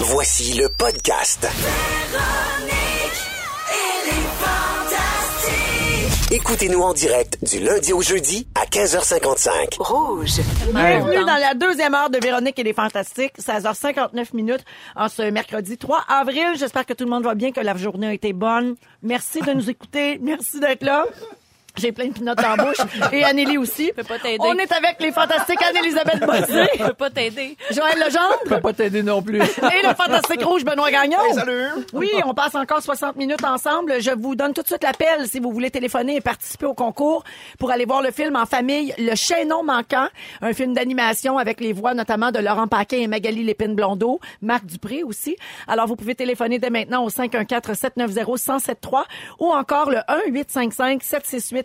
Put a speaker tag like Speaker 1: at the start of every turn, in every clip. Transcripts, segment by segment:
Speaker 1: Voici le podcast. Écoutez-nous en direct du lundi au jeudi à 15h55.
Speaker 2: Bienvenue dans la deuxième heure de Véronique et les Fantastiques, 16h59 minutes en ce mercredi 3 avril. J'espère que tout le monde va bien, que la journée a été bonne. Merci de nous écouter. Merci d'être là. J'ai plein de pinottes en bouche. Et Anneli aussi.
Speaker 3: peux pas t'aider.
Speaker 2: On est avec les fantastiques Anne-Elisabeth Bossé,
Speaker 3: Je peux pas t'aider.
Speaker 2: Joël Legendre
Speaker 4: peux pas t'aider non plus.
Speaker 2: et le fantastique rouge Benoît Gagnon.
Speaker 4: salut.
Speaker 2: Oui, on passe encore 60 minutes ensemble. Je vous donne tout de suite l'appel si vous voulez téléphoner et participer au concours pour aller voir le film en famille Le Chaînon manquant, un film d'animation avec les voix notamment de Laurent Paquin et Magali Lépine-Blondeau, Marc Dupré aussi. Alors vous pouvez téléphoner dès maintenant au 514-790-1073 ou encore le 1-855-768-4336.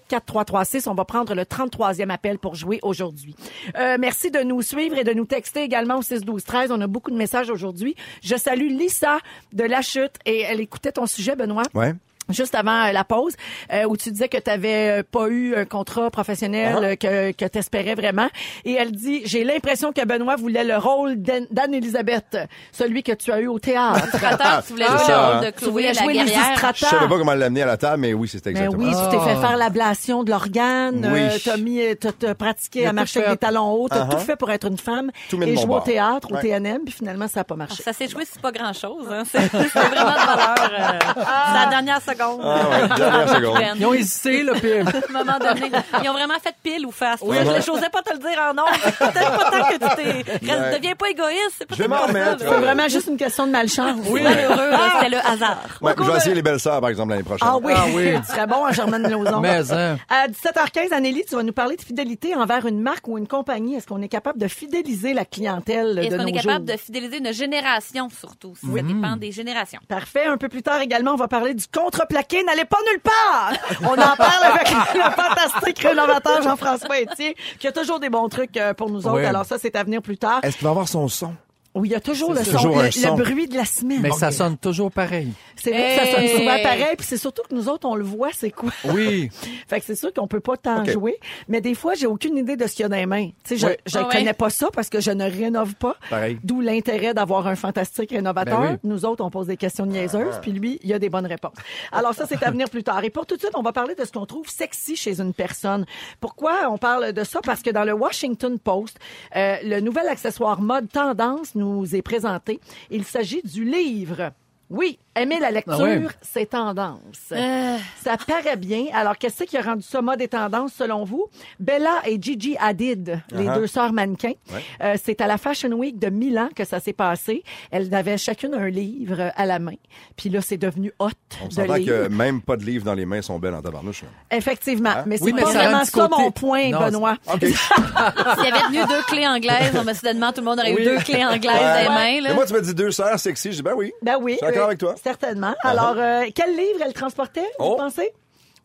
Speaker 2: On va prendre le 33e appel pour jouer aujourd'hui. Euh, merci de nous suivre et de nous texter également au 6-12-13. On a beaucoup de messages aujourd'hui. Je salue Lisa de La Chute et elle écoutait ton sujet, Benoît.
Speaker 4: Ouais.
Speaker 2: Juste avant euh, la pause, euh, où tu disais que tu n'avais pas eu un contrat professionnel euh, que, que tu espérais vraiment. Et elle dit, j'ai l'impression que Benoît voulait le rôle d'Anne- d'Anne-Élisabeth, celui que tu as eu au théâtre.
Speaker 3: Attends, tu voulais jouer
Speaker 4: C'est
Speaker 3: le
Speaker 4: ça,
Speaker 3: rôle de
Speaker 4: hein.
Speaker 2: tu voulais
Speaker 3: Chloé la
Speaker 2: jouer
Speaker 3: guerrière.
Speaker 2: Lysistrata.
Speaker 4: Je savais pas comment l'amener à la table, mais oui, c'était
Speaker 2: Ben
Speaker 4: exactement.
Speaker 2: oui, tu t'es
Speaker 3: Ah.
Speaker 2: fait faire l'ablation de l'organe,
Speaker 4: Oui.
Speaker 2: euh, t'as mis, t'as, t'as pratiqué à marcher avec des talons hauts, t'as tout fait pour être une femme
Speaker 4: Uh-huh. Tout mis de
Speaker 2: et
Speaker 4: mon
Speaker 2: jouer au
Speaker 4: bord.
Speaker 2: théâtre, au
Speaker 4: Ouais.
Speaker 2: TNM, puis finalement ça a pas marché.
Speaker 3: Ça s'est joué, c'est pas grand chose. Hein. C'est c'est vraiment de valeur. euh, C'est la dernière seconde.
Speaker 4: Ah ouais, dernière seconde.
Speaker 3: Peine.
Speaker 5: Ils ont hésité, là, puis
Speaker 3: moment donné. Ils ont vraiment fait pile ou face.
Speaker 4: Oui.
Speaker 3: Je je n'osais pas te le dire en nom. C'est peut-être pas tant que tu t'es. Reste-
Speaker 4: Ouais.
Speaker 3: Deviens pas égoïste. C'est pas
Speaker 4: Je vais
Speaker 3: tant
Speaker 4: m'en
Speaker 3: que ça,
Speaker 4: remettre.
Speaker 2: C'est
Speaker 3: là.
Speaker 2: vraiment juste une question de malchance.
Speaker 3: C'est malheureux, là, Ah! c'était le hasard.
Speaker 4: Ouais, je vais essayer les belles sœurs, par exemple, l'année prochaine.
Speaker 2: Ah oui,
Speaker 5: Ah oui.
Speaker 2: tu serais bon à Germaine Lauzon.
Speaker 5: Mais, hein.
Speaker 2: À 17h15, Anélie, tu vas nous parler de fidélité envers une marque ou une compagnie. Est-ce qu'on est capable de fidéliser la clientèle
Speaker 3: Est-ce
Speaker 2: de
Speaker 3: qu'on
Speaker 2: nos
Speaker 3: est capable
Speaker 2: jours?
Speaker 3: de fidéliser une génération, surtout? Ça dépend des générations.
Speaker 2: Parfait. Un peu plus tard également, on va parler du contreplaqué. N'allez pas nulle part! On en parle avec le fantastique rénovateur Jean-François Etier, qui a toujours des bons trucs euh, pour nous autres.
Speaker 5: Oui.
Speaker 2: Alors ça, c'est à venir plus tard.
Speaker 4: Est-ce qu'il va avoir son son?
Speaker 2: Oui, il y a toujours le son,
Speaker 4: Toujours
Speaker 2: le,
Speaker 4: un son.
Speaker 2: le bruit de la semaine.
Speaker 5: Mais ça sonne toujours pareil.
Speaker 2: C'est vrai que ça sonne
Speaker 3: Hey!
Speaker 2: souvent pareil, puis c'est surtout que nous autres, on le voit, c'est quoi.
Speaker 5: Oui.
Speaker 2: Fait que c'est sûr qu'on peut pas tant
Speaker 4: OK.
Speaker 2: jouer, mais des fois, j'ai aucune idée de ce qu'il y a dans les mains. Tu sais, je,
Speaker 5: Oui.
Speaker 2: je
Speaker 3: Ah ouais.
Speaker 2: connais pas ça parce que je ne rénove pas.
Speaker 4: Pareil.
Speaker 2: D'où l'intérêt d'avoir un fantastique rénovateur.
Speaker 5: Ben oui. Ah.
Speaker 2: Nous autres, on pose des questions niaiseuses, puis lui, il a des bonnes réponses. Alors ça, c'est à venir plus tard. Et pour tout de suite, on va parler de ce qu'on trouve sexy chez une personne. Pourquoi on parle de ça? Parce que dans le Washington Post, euh, le nouvel accessoire mode tendance nous est présenté. Il s'agit du livre. Oui, aimer la lecture,
Speaker 5: Ah ouais.
Speaker 2: c'est tendance.
Speaker 3: Euh.
Speaker 2: Ça paraît bien. Alors, qu'est-ce qui a rendu ça mode et tendance selon vous? Bella et Gigi Hadid, les
Speaker 4: Uh-huh.
Speaker 2: deux sœurs mannequins. Euh, c'est à la Fashion Week de Milan que ça s'est passé. Elles avaient chacune un livre euh, à la main. Puis là, c'est devenu hot
Speaker 4: On
Speaker 2: de
Speaker 4: s'entend
Speaker 2: lire.
Speaker 4: que Hein? même pas de livres dans les mains sont belles en tabarnouche. là.
Speaker 2: Effectivement. Mais c'est
Speaker 5: Oui, mais
Speaker 2: pas
Speaker 5: ça a un
Speaker 2: vraiment
Speaker 5: petit
Speaker 2: ça
Speaker 5: côté-
Speaker 2: mon point,
Speaker 5: Non,
Speaker 2: Benoît.
Speaker 4: OK.
Speaker 3: Euh, S'il y avait tenu deux clés anglaises, on, ben, soudainement, tout le monde aurait eu deux clés anglaises
Speaker 2: Ah,
Speaker 3: dans les mains. là.
Speaker 4: Mais moi, tu m'as dit deux sœurs sexy. Je dis, ben oui.
Speaker 2: Ben oui.
Speaker 4: Je suis d'accord
Speaker 2: euh,
Speaker 4: avec toi. Uh-huh.
Speaker 2: Certainement. Alors, euh, quel livre elle transportait, vous
Speaker 4: Oh.
Speaker 2: pensez?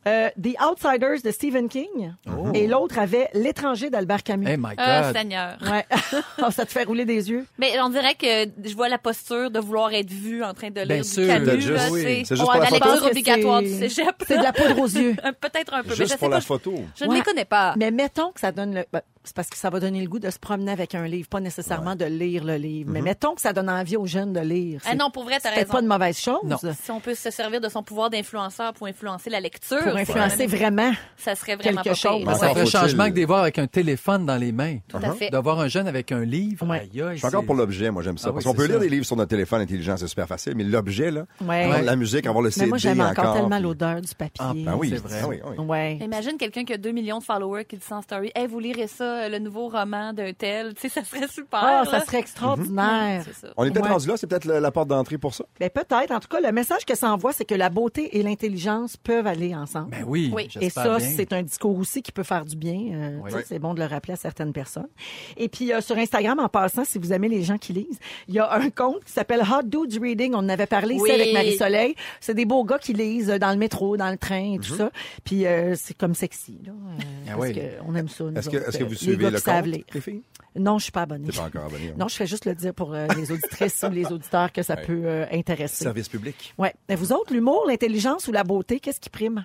Speaker 2: Euh, The Outsiders de Stephen King.
Speaker 4: Oh.
Speaker 2: Et l'autre avait L'étranger d'Albert Camus.
Speaker 5: Hey, my
Speaker 3: Ah,
Speaker 5: God.
Speaker 3: Seigneur.
Speaker 2: Ouais. Oh, ça te fait rouler des yeux.
Speaker 3: Mais on dirait que je vois la posture de vouloir être vu en train de lire
Speaker 5: Bien
Speaker 3: du
Speaker 5: sûr.
Speaker 3: Camus,
Speaker 4: De juste-
Speaker 3: là,
Speaker 4: oui.
Speaker 3: tu sais.
Speaker 4: C'est juste
Speaker 3: Ouais,
Speaker 4: pour la
Speaker 3: la
Speaker 4: photo.
Speaker 3: lecture
Speaker 2: Je pense que
Speaker 3: obligatoire
Speaker 2: c'est-
Speaker 3: du cégep.
Speaker 2: C'est de la poudre aux yeux.
Speaker 3: Peut-être un peu, mais je
Speaker 4: Juste
Speaker 3: sais
Speaker 4: pour
Speaker 3: pas.
Speaker 4: la photo.
Speaker 3: Je ne
Speaker 2: Ouais.
Speaker 3: les connais pas.
Speaker 2: Mais mettons que ça donne le. ben, c'est parce que ça va donner le goût de se promener avec un livre, pas nécessairement de lire le livre. Mais mettons que ça donne envie aux jeunes de lire.
Speaker 3: Ah
Speaker 2: C'est-
Speaker 3: non, pour vrai, t'as
Speaker 2: c'est peut-être
Speaker 3: raison.
Speaker 2: pas une mauvaise chose.
Speaker 5: Non.
Speaker 3: Si on peut se servir de son pouvoir d'influenceur pour influencer la lecture,
Speaker 2: Pour influencer vraiment.
Speaker 3: ça serait vraiment
Speaker 2: quelque
Speaker 3: pas pire.
Speaker 2: chose.
Speaker 5: Mais
Speaker 4: Encore
Speaker 5: ça fait
Speaker 4: faut-il-
Speaker 5: changement que des voir avec un téléphone dans les mains.
Speaker 3: Tout à fait.
Speaker 5: D'avoir un jeune avec un livre.
Speaker 2: Ouais.
Speaker 5: Aïe, aïe,
Speaker 4: Je suis encore
Speaker 5: c'est-
Speaker 4: pour l'objet, moi j'aime ça.
Speaker 5: Ah
Speaker 4: Parce
Speaker 5: oui,
Speaker 4: qu'on peut
Speaker 5: c'est
Speaker 4: lire
Speaker 5: ça.
Speaker 4: des livres sur notre téléphone intelligent, c'est super facile, mais l'objet, là,
Speaker 2: Ouais.
Speaker 4: avoir de la musique, avoir le CD
Speaker 2: Mais moi, j'aime encore,
Speaker 4: encore
Speaker 2: tellement
Speaker 4: puis-
Speaker 2: l'odeur du papier.
Speaker 5: Ah,
Speaker 4: Ben oui,
Speaker 5: C'est vrai.
Speaker 4: ah oui, oui.
Speaker 2: Ouais.
Speaker 3: Imagine quelqu'un qui a 2 millions de followers qui dit sans story, hey, vous lirez ça, euh, le nouveau roman d'un tel, tu sais, ça serait super.
Speaker 2: Ah, ça
Speaker 3: là.
Speaker 2: serait extraordinaire.
Speaker 3: C'est ça.
Speaker 4: On est peut-être
Speaker 2: Ouais.
Speaker 4: rendu là, c'est peut-être la, la porte d'entrée pour ça.
Speaker 2: Ben, peut-être. En tout cas, le message que ça envoie, c'est que la beauté et l'intelligence peuvent aller ensemble.
Speaker 5: Ben oui.
Speaker 3: Oui.
Speaker 2: Et
Speaker 5: j'espère
Speaker 2: ça,
Speaker 5: bien.
Speaker 2: c'est un discours aussi qui peut faire du bien. euh,
Speaker 5: Oui.
Speaker 2: tu sais, C'est bon de le rappeler à certaines personnes. Et puis, euh, sur Instagram, en passant, si vous aimez les gens qui lisent, il y a un compte qui s'appelle Hot Dudes Reading. On en avait parlé
Speaker 3: Oui.
Speaker 2: ici avec Marie-Soleil. C'est des beaux gars qui lisent euh, dans le métro, dans le train et
Speaker 4: Mhm.
Speaker 2: tout ça. Puis, euh, c'est comme sexy. Là, euh,
Speaker 5: Ah
Speaker 2: parce
Speaker 5: oui.
Speaker 2: que on aime ça. nous
Speaker 4: Est-ce que,
Speaker 2: autres,
Speaker 4: est-ce que
Speaker 2: euh,
Speaker 4: vous
Speaker 2: les
Speaker 4: suivez
Speaker 2: gars
Speaker 4: le
Speaker 2: qui savent
Speaker 4: compte,
Speaker 2: lire.
Speaker 4: les filles?
Speaker 2: Non, je suis pas abonnée.
Speaker 4: T'es pas encore abonné. hein?
Speaker 2: Non, je fais juste le dire pour euh, les auditrices ou les auditeurs que ça peut euh, intéresser.
Speaker 4: Service public.
Speaker 2: Ouais. Mais vous autres, l'humour, l'intelligence ou la beauté, qu'est-ce qui prime?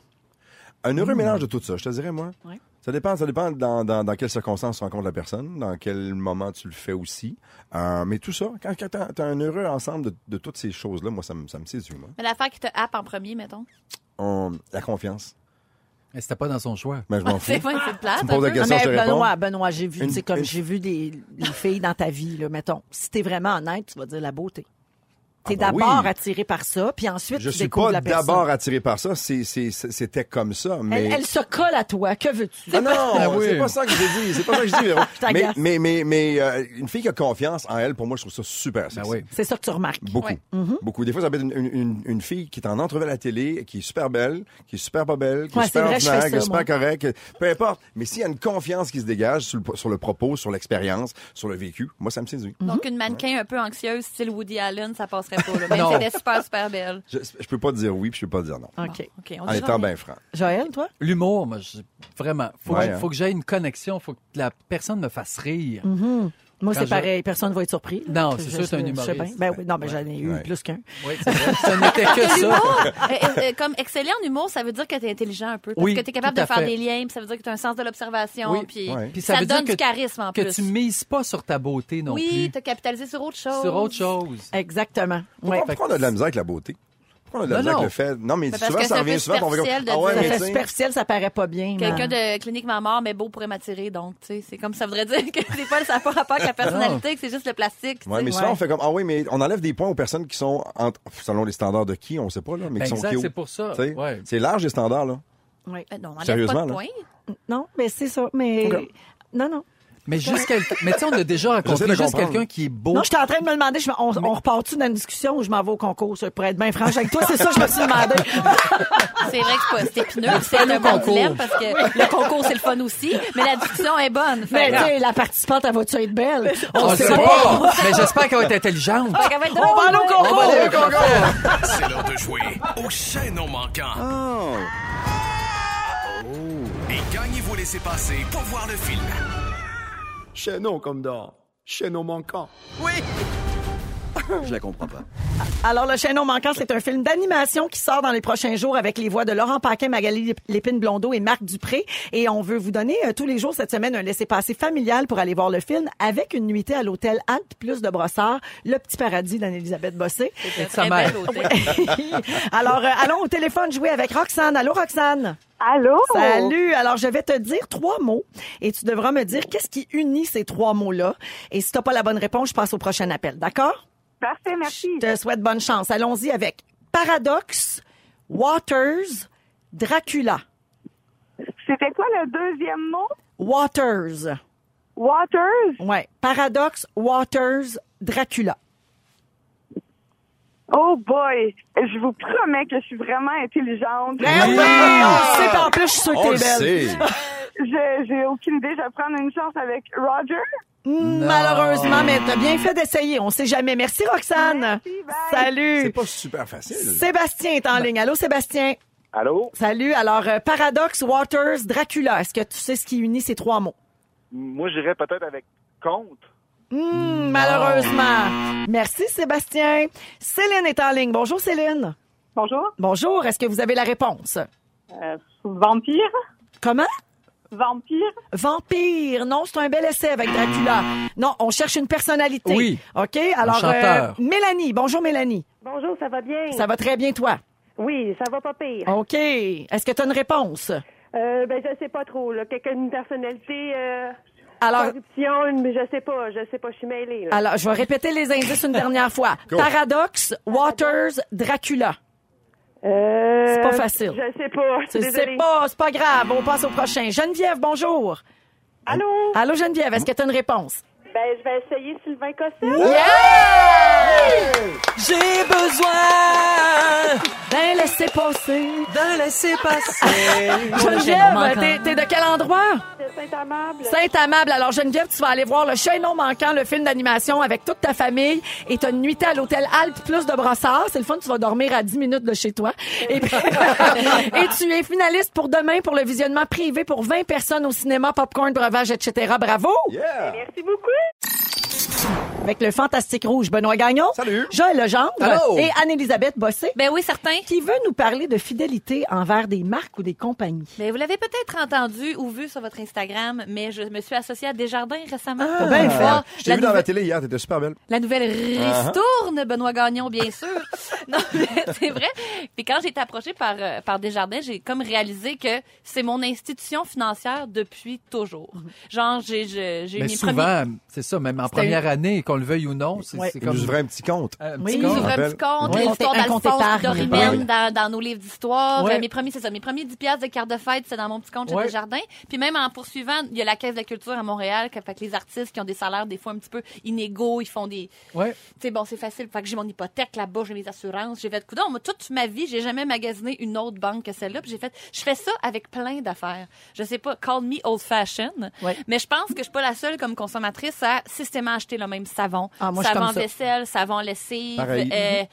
Speaker 4: Un heureux mélange de tout ça, je te dirais, moi.
Speaker 2: Hmm. Ouais.
Speaker 4: Ça dépend, ça dépend dans, dans, dans quelles circonstances tu rencontres la personne, dans quel moment tu le fais aussi. Euh, mais tout ça, quand, quand t'as, t'as un heureux ensemble de, de toutes ces choses-là, moi, ça me, ça me séduit, moi.
Speaker 3: Mais l'affaire qui te happe en premier, mettons.
Speaker 4: On- la confiance.
Speaker 5: Mais c'était pas dans son choix.
Speaker 4: Mais
Speaker 2: Ah,
Speaker 4: je m'en fous.
Speaker 3: C'est pas une petite plate.
Speaker 4: Tu me poses la
Speaker 3: un peu.
Speaker 4: question,
Speaker 2: mais
Speaker 4: je te réponds.
Speaker 2: Benoît, Benoît, j'ai vu,
Speaker 4: Une-
Speaker 2: tu sais, comme
Speaker 4: une-
Speaker 2: j'ai vu des, des filles dans ta vie, là, mettons. Si t'es vraiment honnête, tu vas dire la beauté. T'es
Speaker 4: Ah ben
Speaker 2: d'abord
Speaker 4: oui.
Speaker 2: attiré par ça, puis ensuite
Speaker 4: Je
Speaker 2: tu
Speaker 4: suis
Speaker 2: découvres
Speaker 4: pas
Speaker 2: la personne.
Speaker 4: d'abord attiré par ça. C'est, c'est- c'était comme ça. Mais...
Speaker 2: elle, elle se colle à toi. Que veux-tu?
Speaker 4: Ah non,
Speaker 5: Ah oui.
Speaker 4: c'est pas ça que j'ai dit. C'est pas ça que j'ai dit, Véro. mais
Speaker 2: t'agace.
Speaker 4: mais, mais, mais euh, une fille qui a confiance en elle, pour moi, je trouve ça super sexy.
Speaker 5: Ben oui.
Speaker 2: C'est ça que tu remarques.
Speaker 4: Beaucoup.
Speaker 3: Ouais.
Speaker 4: Beaucoup. Des fois, ça peut être une, une- une- une fille qui est en entrevue à la télé, qui est super belle, qui est super pas belle, qui
Speaker 2: Ouais,
Speaker 4: est super
Speaker 2: c'est vrai, je fais
Speaker 4: ordinaire, qui est
Speaker 2: ça, moi.
Speaker 4: super correcte, peu importe. Mais s'il y a une confiance qui se dégage sur le, sur le propos, sur l'expérience, sur le vécu, moi, ça me séduit. Mhm.
Speaker 5: Mhm.
Speaker 3: Donc, une mannequin un peu anxieuse, style Woody Allen, ça passerait pas. Là. Mais
Speaker 5: Non.
Speaker 3: c'était super, super belle.
Speaker 4: Je, je peux pas dire oui, puis je peux pas dire non.
Speaker 2: OK.
Speaker 3: OK, on
Speaker 4: en
Speaker 3: dit
Speaker 4: étant bien franc.
Speaker 2: Joël, toi?
Speaker 5: L'humour, moi, je- vraiment. Faut,
Speaker 4: Ouais,
Speaker 5: que,
Speaker 4: hein.
Speaker 5: faut que j'aie une connexion, faut que la personne me fasse rire.
Speaker 2: Moi,
Speaker 5: Quand
Speaker 2: c'est
Speaker 5: je-
Speaker 2: pareil. Personne ne va être surpris. là.
Speaker 5: Non,
Speaker 2: Je-
Speaker 5: c'est
Speaker 2: je-
Speaker 5: sûr, t'es un
Speaker 2: je sais
Speaker 5: humoriste.
Speaker 2: bien. Ben oui, non, mais j'en ai eu
Speaker 4: Ouais.
Speaker 2: plus qu'un.
Speaker 5: Oui, c'est vrai. Ce n'était que ça.
Speaker 3: Euh, euh, euh, comme excellent en humour, ça veut dire que tu es intelligent un peu. Parce
Speaker 5: Oui,
Speaker 3: que tu es capable
Speaker 5: tout à
Speaker 3: de faire
Speaker 5: fait.
Speaker 3: des liens, puis ça veut dire que tu as un sens de l'observation,
Speaker 5: Oui,
Speaker 3: puis,
Speaker 4: ouais.
Speaker 5: Puis
Speaker 3: ça,
Speaker 5: veut
Speaker 3: donne du
Speaker 5: dire
Speaker 3: charisme en
Speaker 5: que
Speaker 3: plus.
Speaker 5: tu mises pas sur ta beauté non
Speaker 3: oui, tu
Speaker 5: plus.
Speaker 3: as capitalisé sur autre chose.
Speaker 5: Sur autre chose.
Speaker 2: Exactement. Ouais.
Speaker 4: Pourquoi, pourquoi on a de la misère avec la beauté? Pourquoi on a de la
Speaker 5: Non,
Speaker 4: misère avec
Speaker 5: non.
Speaker 4: le fait? Non, mais
Speaker 3: Mais parce
Speaker 4: souvent,
Speaker 3: que c'est
Speaker 4: ça
Speaker 3: un
Speaker 4: revient
Speaker 3: peu
Speaker 4: souvent. puis On va comme,
Speaker 3: superficiel de
Speaker 4: ah ouais,
Speaker 3: dire-
Speaker 2: Ça
Speaker 4: mais
Speaker 2: fait
Speaker 4: tu sais,
Speaker 2: superficiel, ça paraît pas bien. mais-
Speaker 3: Quelqu'un de clinique ma mort, mais beau pourrait m'attirer, donc, tu sais, c'est comme ça voudrait dire que c'est pas, ça n'a pas rapport avec la personnalité, que c'est juste le plastique. tu
Speaker 4: Ouais,
Speaker 3: sais.
Speaker 4: mais souvent, on fait comme, ah oui, mais on enlève des points aux personnes qui sont, entre- selon les standards de qui, on sait pas, là, mais qui
Speaker 5: Ben
Speaker 4: sont
Speaker 5: exact,
Speaker 4: cute.
Speaker 5: c'est pour ça.
Speaker 4: Tu sais,
Speaker 5: Ouais.
Speaker 4: C'est large, les standards, là.
Speaker 2: Ouais.
Speaker 5: Ah,
Speaker 3: Euh, non, on enlève
Speaker 4: Sérieusement,
Speaker 3: pas de
Speaker 4: là?
Speaker 3: point.
Speaker 2: Non, mais c'est ça. Mais non, non.
Speaker 5: Mais juste quelqu'un. Mais tu sais, on a déjà
Speaker 4: J'essaie de
Speaker 5: rencontré juste
Speaker 4: comprendre.
Speaker 5: quelqu'un qui est beau.
Speaker 2: Non, j'étais en train de me demander, je me- on, on repart-tu dans une discussion ou je m'en vais au concours, ça, pour être bien franche avec toi? C'est ça que je me suis demandé.
Speaker 3: C'est vrai que c'est pas- c'est épineux, c'est un bon
Speaker 5: concours.
Speaker 3: dilemme, parce que le concours, c'est le fun aussi, mais la discussion est bonne. Fait
Speaker 2: Mais
Speaker 3: que-
Speaker 2: tu sais, la participante, elle va-tu être belle?
Speaker 5: On le sait pas. Mais j'espère qu'elle va être intelligente.
Speaker 3: fait qu'elle va être
Speaker 2: On va
Speaker 3: drôle,
Speaker 2: aller au
Speaker 3: ouais.
Speaker 2: concours!
Speaker 5: On va aller au
Speaker 6: C'est l'heure de jouer au chaînon manquant.
Speaker 5: Oh.
Speaker 6: Et gagnez-vous laissez passer pour voir le film.
Speaker 7: Chaînon comme dans Chaînon manquant.
Speaker 2: Alors, Le Chaînon manquant, c'est un film d'animation qui sort dans les prochains jours avec les voix de Laurent Paquin, Magali Lép- Lépine Blondeau et Marc Dupré. Et on veut vous donner euh, tous les jours cette semaine un laissez-passer familial pour aller voir le film avec une nuitée à l'hôtel Alpe Plus de Brossard, le petit paradis d'Anne-Elisabeth Bossé.
Speaker 3: C'est
Speaker 5: sa
Speaker 3: très
Speaker 5: mère.
Speaker 3: bel hôtel.
Speaker 2: Alors, euh, allons au téléphone jouer avec Roxane. Allô, Roxane?
Speaker 4: Oh!
Speaker 8: Allô?
Speaker 2: Salut. Alors, je vais te dire trois mots et tu devras me dire qu'est-ce qui unit ces trois mots-là. Et si t'as pas la bonne réponse, je passe au prochain appel. D'accord?
Speaker 8: Parfait, merci.
Speaker 2: Je te souhaite bonne chance. Allons-y avec Paradox, Waters, Dracula.
Speaker 8: C'était quoi le deuxième mot?
Speaker 2: Waters.
Speaker 8: Waters?
Speaker 2: Ouais. Paradox, Waters, Dracula.
Speaker 8: Oh boy! Je vous promets que je suis vraiment intelligente.
Speaker 2: Ben oui! On sait, pas en plus, je suis sûre
Speaker 4: Ah! On
Speaker 2: que
Speaker 4: le
Speaker 2: t'es belle.
Speaker 4: sait.
Speaker 8: Je- J'ai aucune idée. Je vais prendre une chance avec Roger.
Speaker 2: Hmm, Malheureusement, mais t'as bien fait d'essayer. On sait jamais. Merci, Roxane.
Speaker 8: Merci, bye.
Speaker 4: C'est
Speaker 2: Salut.
Speaker 4: pas super facile.
Speaker 2: Sébastien est en ligne. Allô, Sébastien.
Speaker 9: Allô?
Speaker 2: Salut. Alors, euh, Paradox, Waters, Dracula. Est-ce que tu sais ce qui unit ces trois mots?
Speaker 9: Moi, j'irais peut-être avec compte.
Speaker 2: Hmm, malheureusement. Merci, Sébastien. Céline est en ligne. Bonjour, Céline.
Speaker 8: Bonjour.
Speaker 2: Bonjour. Est-ce que vous avez la réponse?
Speaker 8: Euh, vampire?
Speaker 2: Comment?
Speaker 8: Vampire?
Speaker 2: Vampire. Non, c'est un bel essai avec Dracula. Non, on cherche une personnalité.
Speaker 5: Oui.
Speaker 2: OK? Alors, euh,
Speaker 5: chanteur.
Speaker 2: Mélanie. Bonjour, Mélanie.
Speaker 8: Bonjour, ça va bien?
Speaker 2: Ça va Oh. très bien, toi?
Speaker 8: Oui, ça va pas pire.
Speaker 2: OK. Est-ce que tu as une réponse?
Speaker 8: Euh, ben, je sais pas trop. Là. Quelqu'un d'une personnalité... Euh...
Speaker 2: Alors,
Speaker 8: Corruption, une- je sais pas, je sais pas, je suis mêlée. là.
Speaker 2: alors, je vais répéter les indices une dernière fois.
Speaker 4: Go.
Speaker 2: Paradox, Waters, Dracula.
Speaker 8: Euh,
Speaker 2: c'est pas facile.
Speaker 8: Je sais pas, je suis
Speaker 2: C'est c'est
Speaker 8: désolée.
Speaker 2: pas, c'est pas grave. On passe au prochain. Geneviève, bonjour.
Speaker 8: Allô?
Speaker 2: Allô, Geneviève, est-ce que tu as une réponse?
Speaker 8: Ben, je vais essayer Sylvain Cossette.
Speaker 5: J'ai besoin
Speaker 2: Ben, laissez passer.
Speaker 5: d'un laisser passer.
Speaker 2: Geneviève, t'es- t'es de quel endroit?
Speaker 8: de Saint-Amable.
Speaker 2: Saint-Amable. Alors, Geneviève, tu vas aller voir Le Chien non manquant, le film d'animation avec toute ta famille. Et t'as une nuitée à l'hôtel Alpe plus de Brassard. C'est le fun, tu vas dormir à 10 minutes de chez toi. Et, puis- et tu es finaliste pour demain pour le visionnement privé pour 20 personnes au cinéma, popcorn, breuvage, etc. Bravo!
Speaker 4: Yeah!
Speaker 8: Merci beaucoup.
Speaker 2: avec le fantastique rouge Benoît Gagnon,
Speaker 4: Salut.
Speaker 2: Joël Legendre
Speaker 5: Allô.
Speaker 2: et Anne-Élisabeth Bossé,
Speaker 3: Ben oui, certain.
Speaker 2: qui veut nous parler de fidélité envers des marques ou des compagnies.
Speaker 3: Ben, vous l'avez peut-être entendu ou vu sur votre Instagram, mais je me suis associée à Desjardins récemment. pour
Speaker 2: bien
Speaker 3: voir
Speaker 4: Ah, Je t'ai vu dans
Speaker 3: nouvelle-
Speaker 4: la télé hier, t'étais super belle.
Speaker 3: La nouvelle ristourne, Benoît Gagnon, bien sûr. non, mais c'est vrai. Puis quand j'ai été approchée par, euh, par Desjardins, j'ai comme réalisé que c'est mon institution financière depuis toujours. Genre, j'ai, je- j'ai eu
Speaker 5: Mais
Speaker 3: mes premiers...
Speaker 5: Ben, souvent, c'est ça, même en première année, qu'on le veuille ou non, c'est
Speaker 2: Ouais.
Speaker 5: c'est
Speaker 4: Il
Speaker 5: comme... Euh,
Speaker 4: nous ouvrait un petit compte.
Speaker 5: un
Speaker 2: Oui.
Speaker 5: petit
Speaker 3: Ils
Speaker 5: compte.
Speaker 3: ouvrent un petit compte,
Speaker 2: Ouais.
Speaker 3: l'histoire
Speaker 2: Un compte
Speaker 3: d'Alphonse
Speaker 2: épargne.
Speaker 3: Dorimène
Speaker 4: Ouais.
Speaker 3: dans, dans nos livres d'histoire.
Speaker 5: Ouais.
Speaker 3: Euh, Mes premiers, c'est ça. Mes premiers 10 piastres de carte de fête, c'est dans mon petit compte chez
Speaker 5: Ouais.
Speaker 3: Desjardins. Puis même en poursuivant, il y a la Caisse de la culture à Montréal, que, fait que les artistes qui ont des salaires des fois un petit peu inégaux, ils font des,
Speaker 5: Ouais.
Speaker 3: tu sais, bon, c'est facile. Fait que j'ai mon hypothèque là-bas, j'ai mes assurances, j'ai fait coudon. Moi, toute ma vie, j'ai jamais magasiné une autre banque que celle-là. Puis j'ai fait, je fais ça avec plein d'affaires. Je sais pas, call me old fashioned.
Speaker 2: Ouais.
Speaker 3: Mais je pense que je suis pas la seule comme consommatrice à systématiquement acheter le même savon.
Speaker 2: Ah, moi, je suis
Speaker 3: savon
Speaker 2: comme ça.
Speaker 3: vaisselle, savon lessive.
Speaker 4: Pareil.
Speaker 3: euh, puis
Speaker 5: Mhm.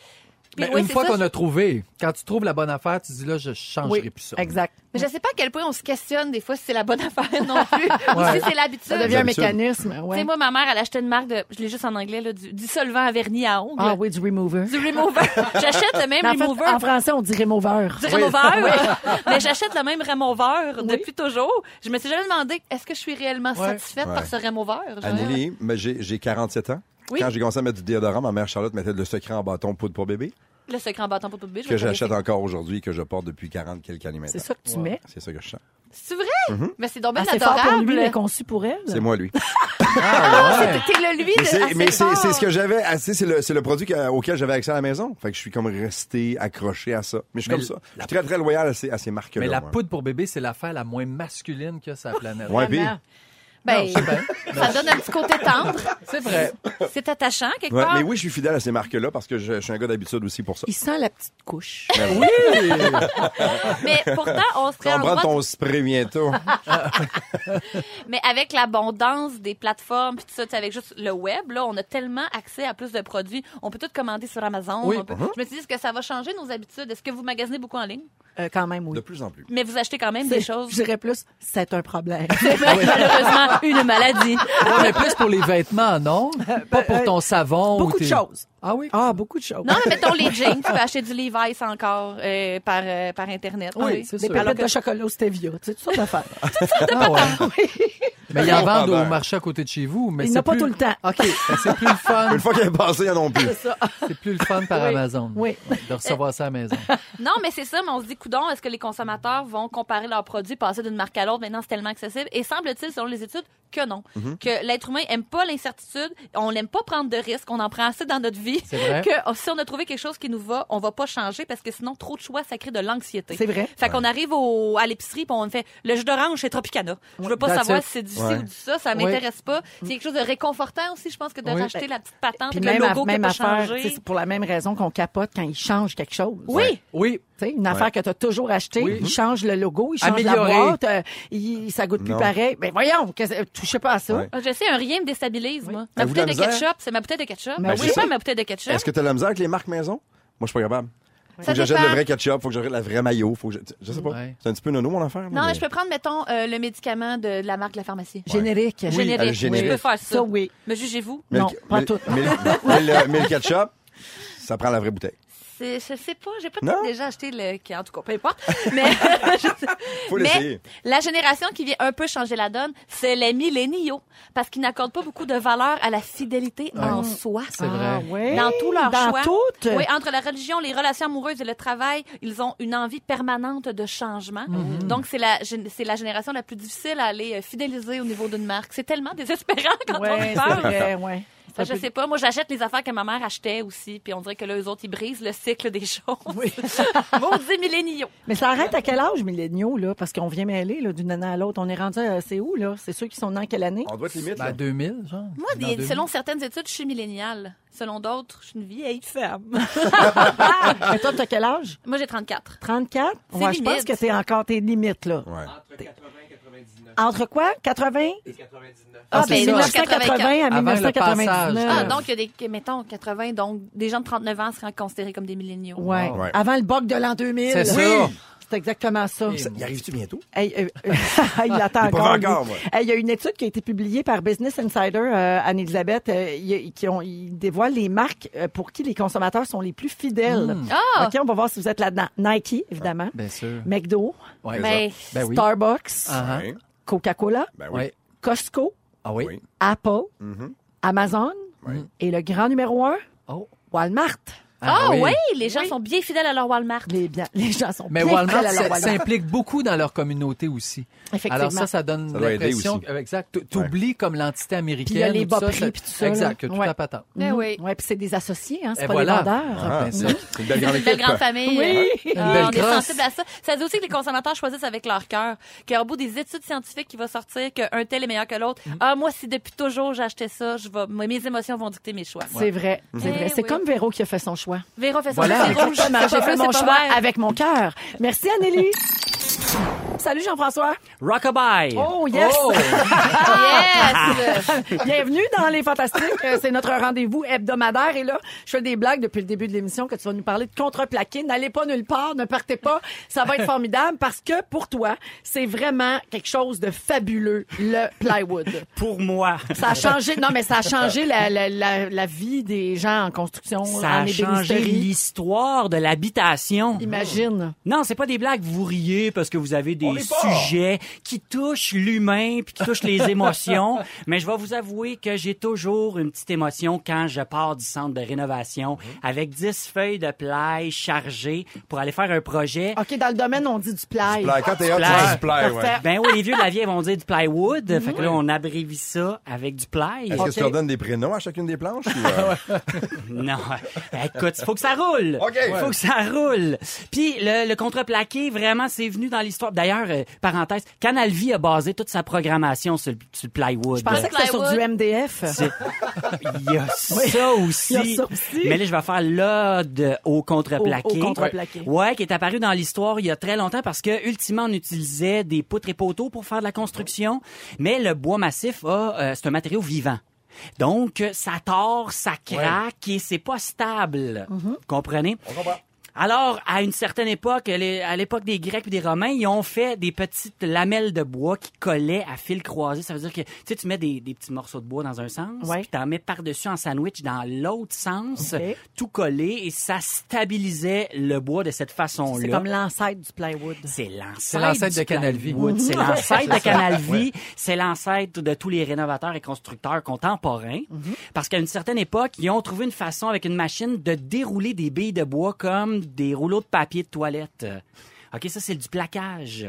Speaker 5: Mais
Speaker 3: oui,
Speaker 5: une
Speaker 3: c'est
Speaker 5: fois
Speaker 3: ça,
Speaker 5: qu'on
Speaker 3: je-
Speaker 5: a trouvé, quand tu trouves la bonne affaire, tu dis là, je changerai plus Ah, ça.
Speaker 2: exact.
Speaker 3: Mais je sais pas à quel point on se questionne des fois si c'est la bonne affaire non plus. Ou si c'est l'habitude.
Speaker 2: Ça devient un
Speaker 4: D'habitude.
Speaker 2: mécanisme.
Speaker 3: Tu sais,
Speaker 2: Ouais.
Speaker 3: moi, ma mère, elle achetait une marque de, je l'ai juste en anglais, là, du dissolvant à vernis à ongles.
Speaker 2: Ah oui, du remover.
Speaker 3: Du remover. J'achète le même
Speaker 2: Mais en, fait,
Speaker 3: remover.
Speaker 2: en français, on dit remover.
Speaker 3: du remover. Mais j'achète le même remover depuis toujours. Je me suis jamais demandé est-ce que je suis réellement satisfaite
Speaker 4: Ouais.
Speaker 3: par ce remover. genre?
Speaker 4: Anneli, mais j'ai j'ai 47 ans.
Speaker 3: Oui.
Speaker 4: Quand j'ai commencé à mettre du déodorant, ma mère Charlotte mettait le secret en bâton poudre pour bébé,
Speaker 3: Le secret en bâton pour tout bébé. je
Speaker 4: que
Speaker 3: vais te
Speaker 4: j'achète
Speaker 3: laisser.
Speaker 4: encore aujourd'hui, que je porte depuis 40 quelques années maintenant.
Speaker 2: C'est ça que tu mets.
Speaker 4: C'est ça que je sens.
Speaker 3: C'est vrai?
Speaker 4: Mhm.
Speaker 3: Mais c'est donc bien
Speaker 2: Ah, c'est fort
Speaker 3: adorable.
Speaker 2: pour lui, mais conçu pour elle.
Speaker 4: C'est moi, lui.
Speaker 5: Ah,
Speaker 3: T'es le lui
Speaker 4: Mais
Speaker 3: de
Speaker 4: c'est-
Speaker 3: assez
Speaker 4: Mais c'est
Speaker 3: fort.
Speaker 4: c'est ce que j'avais. ah, tu sais, C'est le, c'est le produit que- auquel j'avais accès à la maison. Fait que je suis comme resté accroché à ça. Mais je suis
Speaker 5: Mais
Speaker 4: comme
Speaker 5: le-
Speaker 4: ça. Je suis très, très loyal à ces, à ces marques-là.
Speaker 5: Mais la
Speaker 4: moi.
Speaker 5: poudre pour bébé, c'est l'affaire la moins masculine que sa planète.
Speaker 4: Ouais, puis-
Speaker 2: Vraiment.
Speaker 3: Ben,
Speaker 5: Non, c'est bien.
Speaker 3: ça donne un petit côté tendre.
Speaker 5: C'est vrai.
Speaker 3: C'est attachant, quelque
Speaker 4: Ouais,
Speaker 3: part.
Speaker 4: mais oui, je suis fidèle à ces marques-là parce que je, je suis un gars d'habitude aussi pour ça.
Speaker 2: Il sent la petite couche.
Speaker 3: Mais pourtant, on
Speaker 4: Tu
Speaker 3: serait
Speaker 4: vas
Speaker 3: en
Speaker 4: en prendre
Speaker 3: droit
Speaker 4: ton spray bientôt.
Speaker 3: Mais avec l'abondance des plateformes, puis tout ça, tu sais, avec juste le web, là, on a tellement accès à plus de produits. On peut tout commander sur Amazon.
Speaker 5: Oui.
Speaker 3: on peut- Je me suis dit, est-ce que ça va changer nos habitudes? Est-ce que vous magasinez beaucoup en ligne?
Speaker 2: Euh, quand même, oui.
Speaker 4: De plus en plus.
Speaker 3: Mais vous achetez quand même
Speaker 2: C'est-
Speaker 3: des
Speaker 2: Je
Speaker 3: choses.
Speaker 2: dirais plus, c'est un problème.
Speaker 3: Malheureusement, une maladie.
Speaker 5: Ouais, mais plus pour les vêtements, non? Pas pour ton savon. ou
Speaker 2: beaucoup de
Speaker 5: tes-
Speaker 2: choses.
Speaker 5: Ah oui?
Speaker 2: Ah, beaucoup de choses.
Speaker 3: Non, mais mettons les jeans. Tu peux acheter du Levi's encore euh, par, euh, par Internet.
Speaker 5: Oui, c'est
Speaker 2: Des
Speaker 5: sûr.
Speaker 2: palettes de chocolat au stevia, tu sais, toutes sortes d'affaires.
Speaker 5: Ah ouais. Mais ils en vendent au
Speaker 4: Vendeur.
Speaker 5: marché à côté de chez vous. Mais
Speaker 2: Il n'y en
Speaker 5: c'est
Speaker 2: a pas
Speaker 5: plus-
Speaker 2: tout le temps.
Speaker 5: OK. mais C'est plus le fun.
Speaker 4: Une fois qu'elle est passée, il n'y en a plus.
Speaker 5: C'est plus le fun par
Speaker 2: Oui.
Speaker 5: Amazon.
Speaker 2: Oui.
Speaker 5: De recevoir ça à la maison.
Speaker 3: Non, mais c'est ça, mais on se dit, coudon, est-ce que les consommateurs vont comparer leurs produits, passer d'une marque à l'autre, maintenant c'est tellement accessible? Et semble-t-il, selon les études, que non.
Speaker 2: Mm-hmm.
Speaker 3: Que l'être humain aime pas l'incertitude, on n'aime pas prendre de risques, on en prend assez dans notre vie.
Speaker 5: C'est vrai.
Speaker 3: Que oh, si on a trouvé quelque chose qui nous va, on va pas changer parce que sinon, trop de choix, ça crée de l'anxiété.
Speaker 2: C'est vrai.
Speaker 3: Fait qu'on arrive au, à l'épicerie puis on fait le jus d'orange chez Tropicana. Je veux pas
Speaker 5: That's
Speaker 3: savoir
Speaker 5: it.
Speaker 3: si c'est du ci
Speaker 4: Ouais.
Speaker 3: ou du ça, ça
Speaker 5: Oui.
Speaker 3: m'intéresse pas. C'est quelque chose de réconfortant aussi, je pense, que de
Speaker 5: Oui.
Speaker 3: racheter la petite patente,
Speaker 2: Mm. Puis
Speaker 3: le
Speaker 2: même,
Speaker 3: logo
Speaker 2: à-
Speaker 3: qui a
Speaker 2: même
Speaker 3: pas
Speaker 2: affaire,
Speaker 3: changé.
Speaker 2: tu sais, c'est pour la même raison qu'on capote quand ils changent quelque chose.
Speaker 3: Oui.
Speaker 5: Oui.
Speaker 2: Tu sais, une affaire que tu as toujours achetée,
Speaker 5: Oui.
Speaker 2: ils changent le logo, ils changent
Speaker 5: Améliorer.
Speaker 2: la boîte, euh, ils- ça goûte plus
Speaker 4: Non.
Speaker 2: pareil. Ben voyons, que, euh, touchez pas à ça.
Speaker 4: Ouais.
Speaker 3: Ah, Je sais, un rien me déstabilise, moi. Ma
Speaker 4: Avez-vous de la
Speaker 3: bouteille de
Speaker 4: misère?
Speaker 3: ketchup, c'est ma bouteille de ketchup.
Speaker 2: Ben
Speaker 3: je
Speaker 4: oui.
Speaker 3: sais pas ma bouteille de ketchup.
Speaker 4: Est-ce que tu as la misère avec les marques maison? Moi, je suis pas capable. Faut
Speaker 3: Ça
Speaker 4: que j'achète
Speaker 3: dépend.
Speaker 4: le vrai ketchup, faut que j'achète la vraie maillot, faut que je, je sais pas.
Speaker 5: Ouais.
Speaker 4: C'est un petit peu nono, mon affaire. là,
Speaker 3: Non, mais
Speaker 4: mais-
Speaker 3: je peux prendre, mettons, euh, le médicament de, de la marque de la pharmacie.
Speaker 2: Générique.
Speaker 3: Générique.
Speaker 4: euh, générique.
Speaker 3: Je peux faire ça.
Speaker 2: Ça, oui.
Speaker 3: Mais jugez-vous.
Speaker 4: Mais le-
Speaker 2: non, pas
Speaker 4: mais-
Speaker 2: tout.
Speaker 4: Mais, mais le, mais le euh, ketchup, ça prend la vraie bouteille.
Speaker 3: C'est- Je sais pas, j'ai
Speaker 4: Non.
Speaker 3: peut-être déjà acheté le. qui- En tout cas, peu importe. Mais,
Speaker 4: Faut
Speaker 3: mais
Speaker 4: l'essayer.
Speaker 3: la génération qui vient un peu changer la donne, c'est les milléniaux. Parce qu'ils n'accordent pas beaucoup de valeur à la fidélité en soi.
Speaker 5: C'est vrai.
Speaker 2: ouais.
Speaker 3: Dans tous leurs
Speaker 2: Euh, Dans
Speaker 3: choix.
Speaker 2: toutes.
Speaker 3: Oui, entre la religion, les relations amoureuses et le travail, ils ont une envie permanente de changement.
Speaker 2: Mhm.
Speaker 3: Mm-hmm. Donc, c'est la, gén- c'est la génération la plus difficile à aller euh, fidéliser au niveau d'une marque. C'est tellement désespérant quand
Speaker 2: Ouais,
Speaker 3: on
Speaker 2: c'est
Speaker 3: parle.
Speaker 2: vrai, Euh, ouais.
Speaker 3: Fait que je sais pas, moi j'achète les affaires que ma mère achetait aussi, puis on dirait que là, eux autres, ils brisent le cycle des choses. Maudits milléniaux.
Speaker 2: Mais ça arrête à quel âge, milléniaux, là? Parce qu'on vient mêler, là, d'une année à l'autre. On est rendu à, c'est où, là? C'est ceux qui sont nés en quelle année?
Speaker 4: On doit être limite.
Speaker 5: Ben,
Speaker 4: là.
Speaker 5: 2000, genre.
Speaker 3: Moi,
Speaker 5: Dans
Speaker 3: des-
Speaker 5: 2000.
Speaker 3: selon certaines études, je suis milléniale. Selon d'autres, je suis une vieille femme.
Speaker 2: Mais toi, t'as quel âge?
Speaker 3: moi, j'ai 34.
Speaker 2: 34?
Speaker 3: C'est
Speaker 2: Ouais, je pense
Speaker 3: limite.
Speaker 2: que t'es encore tes limites, là.
Speaker 4: Ouais.
Speaker 2: Entre quoi? 80? Ah,
Speaker 3: ben,
Speaker 2: ben,
Speaker 3: moi, je suis
Speaker 2: 1980 à
Speaker 5: Avant le passage.
Speaker 2: 1999.
Speaker 3: Ah, donc il y a des, que- mettons, 80, donc des gens de 39 ans seraient considérés comme des milléniaux.
Speaker 2: Ouais.
Speaker 4: Ouais.
Speaker 2: Avant le bug de l'an 2000.
Speaker 5: C'est ça.
Speaker 2: Oui. C'est exactement ça.
Speaker 4: Ça- Y arrives-tu bientôt?
Speaker 2: Hey, euh, euh, il
Speaker 5: Ah,
Speaker 2: attend
Speaker 4: Il pourra
Speaker 2: encore. lui.
Speaker 4: encore, moi.
Speaker 2: Hey, il y a une étude qui a été publiée par Business Insider, euh, Anne-Elisabeth, euh, il- qui ont, ils dévoilent les marques euh, pour qui les consommateurs sont les plus fidèles.
Speaker 5: Hmm.
Speaker 3: Ah!
Speaker 2: OK, on va voir si vous êtes là-dedans. Nike, évidemment.
Speaker 5: Bien sûr.
Speaker 2: McDo,
Speaker 5: Ouais.
Speaker 3: Ben,
Speaker 5: Ah, Ben oui.
Speaker 2: Starbucks,
Speaker 5: Ah, ah.
Speaker 4: Hein?
Speaker 2: Coca-Cola,
Speaker 4: Ben oui.
Speaker 5: Ouais.
Speaker 2: Costco,
Speaker 5: Ah oui.
Speaker 4: Oui.
Speaker 2: Apple,
Speaker 5: Mm-hmm.
Speaker 4: Mhm.
Speaker 2: Amazon
Speaker 4: Oui.
Speaker 2: et le grand numéro un,
Speaker 5: Oh.
Speaker 2: Walmart.
Speaker 3: Ah oui,
Speaker 5: oui.
Speaker 3: les gens sont bien fidèles à leur Walmart.
Speaker 2: Les, bien- les gens sont
Speaker 5: Mais
Speaker 2: bien
Speaker 5: Walmart
Speaker 2: fidèles à leur
Speaker 5: ça-
Speaker 2: Walmart.
Speaker 5: s'implique beaucoup dans leur communauté aussi.
Speaker 2: Effectivement.
Speaker 5: Alors ça, ça donne
Speaker 4: Ça doit aider
Speaker 5: l'impression...
Speaker 4: aussi.
Speaker 5: que- euh, Exact. Tu oublies comme l'entité américaine.
Speaker 2: Puis il y a les
Speaker 5: ou tout ça,
Speaker 2: bas prix, puis tout ça, là.
Speaker 5: Exact, que tout
Speaker 2: Ouais.
Speaker 5: la patente.
Speaker 3: Ben oui.
Speaker 2: Mhm. Ouais, puis c'est des associés, hein, c'est
Speaker 5: Et
Speaker 2: pas
Speaker 5: voilà.
Speaker 2: des vendeurs.
Speaker 4: Ah,
Speaker 5: ben,
Speaker 4: c'est
Speaker 5: ça.
Speaker 4: c'est une belle grande
Speaker 3: Une belle
Speaker 4: équipe.
Speaker 3: grande famille.
Speaker 2: Oui.
Speaker 3: Ah,
Speaker 5: Une belle
Speaker 3: on est
Speaker 5: grosse.
Speaker 3: sensible à ça. Ça dit aussi que les consommateurs choisissent avec leur cœur. Qu'au bout des études scientifiques qui vont sortir qu'un tel est meilleur que l'autre, ah, moi, si depuis toujours j'achetais ça, je vais, mes émotions vont dicter mes choix.
Speaker 2: C'est vrai, c'est
Speaker 3: Eh
Speaker 2: vrai. C'est
Speaker 3: oui.
Speaker 2: comme Véro qui a fait son choix.
Speaker 3: Véro fait ça.
Speaker 5: Voilà.
Speaker 3: c'est rouge, c'est pas
Speaker 2: J'ai fait
Speaker 3: bleu,
Speaker 2: mon
Speaker 3: c'est pas
Speaker 2: choix
Speaker 3: vert.
Speaker 2: avec mon cœur. Merci, Anneli. Salut, Jean-François.
Speaker 10: Rockabye.
Speaker 2: Oh, yes. Ah!
Speaker 3: Yes!
Speaker 2: Bienvenue dans Les Fantastiques. Euh, C'est notre rendez-vous hebdomadaire. Et là, je fais des blagues depuis le début de l'émission que tu vas nous parler de contreplaqué. N'allez pas nulle part, ne partez pas. Ça va être formidable parce que pour toi, c'est vraiment quelque chose de fabuleux, le plywood.
Speaker 10: Pour moi,
Speaker 2: Ça a changé, non, mais ça a changé la, la, la, la vie des gens en construction,
Speaker 10: ça
Speaker 2: en
Speaker 10: a changé
Speaker 2: ébénisterie.
Speaker 10: l'histoire de l'habitation.
Speaker 2: Imagine.
Speaker 10: Non, c'est pas des blagues. Vous riez parce que vous avez des sujets qui touchent l'humain puis qui touchent les émotions. Mais je vais vous avouer que j'ai toujours une petite émotion quand je pars du centre de rénovation
Speaker 4: Mhm.
Speaker 10: avec 10 feuilles de plaie chargées pour aller faire un projet.
Speaker 2: OK, dans le domaine, on dit du ply.
Speaker 4: Plaire. Quand t'es hot, tu
Speaker 10: Plaire.
Speaker 4: vas se plaire, ouais.
Speaker 2: Parfait.
Speaker 10: Ben oui, les vieux de la vieille vont dire du plywood. Fait que là, on abrévie ça avec du ply.
Speaker 4: Est-ce que tu leur donnes des prénoms à chacune des planches? ou, euh,
Speaker 10: Non. Écoute, faut que ça roule.
Speaker 4: OK.
Speaker 10: Faut que ça roule. Puis le, le contreplaqué, vraiment, c'est venu dans l'histoire. D'ailleurs, euh, parenthèse, Canal Vie a basé toute sa programmation sur, le- sur le plywood.
Speaker 2: Je pensais que c'était sur du MDF.
Speaker 10: C'est- Il y a ça aussi.
Speaker 2: Il y a ça aussi.
Speaker 10: Mais là, je vais faire l'ode au
Speaker 2: Au-
Speaker 10: contreplaqué.
Speaker 2: au contreplaqué.
Speaker 10: Ouais, qui est apparu dans l'histoire il y a très longtemps parce que, ultimement, on utilisait des poutres et poteaux pour faire de la construction. Mais le bois massif, a, euh, c'est un matériau vivant. Donc, euh, ça tord, ça craque et c'est pas stable.
Speaker 2: Mm-hmm.
Speaker 10: Vous Comprenez? Alors, à une certaine époque, les- à l'époque des Grecs et des Romains, ils ont fait des petites lamelles de bois qui collaient à fil croisé. Ça veut dire que tu sais, tu mets des, des petits morceaux de bois dans un sens,
Speaker 2: Ouais.
Speaker 10: puis t'en mets par-dessus en sandwich dans l'autre sens,
Speaker 2: Ok.
Speaker 10: tout collé, et ça stabilisait le bois de cette façon-là.
Speaker 2: C'est comme l'ancêtre du plywood.
Speaker 10: C'est l'ancêtre.
Speaker 5: C'est l'ancêtre
Speaker 10: du
Speaker 5: de Canal Vie.
Speaker 10: plywood. C'est
Speaker 5: Mhm.
Speaker 10: l'ancêtre
Speaker 5: C'est
Speaker 10: de
Speaker 5: ça.
Speaker 10: Canal Vie. C'est l'ancêtre de tous les rénovateurs et constructeurs contemporains.
Speaker 2: Mhm.
Speaker 10: Parce qu'à une certaine époque, ils ont trouvé une façon avec une machine de dérouler des billes de bois comme des rouleaux de papier de toilette. Euh, OK, ça, c'est du plaquage.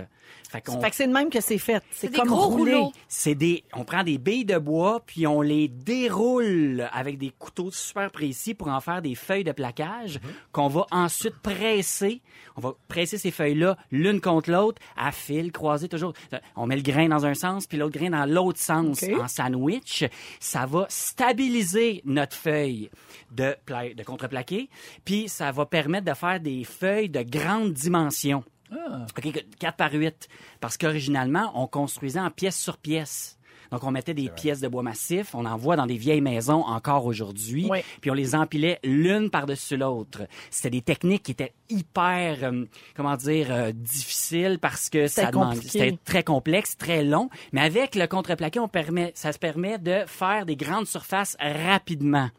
Speaker 10: Fait qu'on-
Speaker 2: Fait que c'est de même que c'est fait. C'est
Speaker 3: des
Speaker 2: comme
Speaker 3: gros
Speaker 2: roulé.
Speaker 3: rouleaux.
Speaker 10: c'est des, on prend des billes de bois puis on les déroule avec des couteaux super précis pour en faire des feuilles de plaquage
Speaker 2: Mhm.
Speaker 10: qu'on va ensuite presser. On va presser ces feuilles-là l'une contre l'autre à fil croisé toujours. On met le grain dans un sens puis l'autre grain dans l'autre sens
Speaker 2: OK.
Speaker 10: en sandwich. Ça va stabiliser notre feuille de, pla- de contreplaqué puis ça va permettre de faire des feuilles de grande dimension. OK, que- 4 par 8. Parce qu'originalement, on construisait en pièce sur pièce. Donc, on mettait des pièces de bois massif, on en voit dans des vieilles maisons encore aujourd'hui,
Speaker 2: Oui.
Speaker 10: puis on les empilait l'une par-dessus l'autre. C'était des techniques qui étaient hyper, euh, comment dire, euh, difficiles parce que
Speaker 2: C'était
Speaker 10: ça demande,
Speaker 2: compliqué.
Speaker 10: c'était très complexe, très long. Mais avec le contreplaqué, on permet, ça se permet de faire des grandes surfaces rapidement.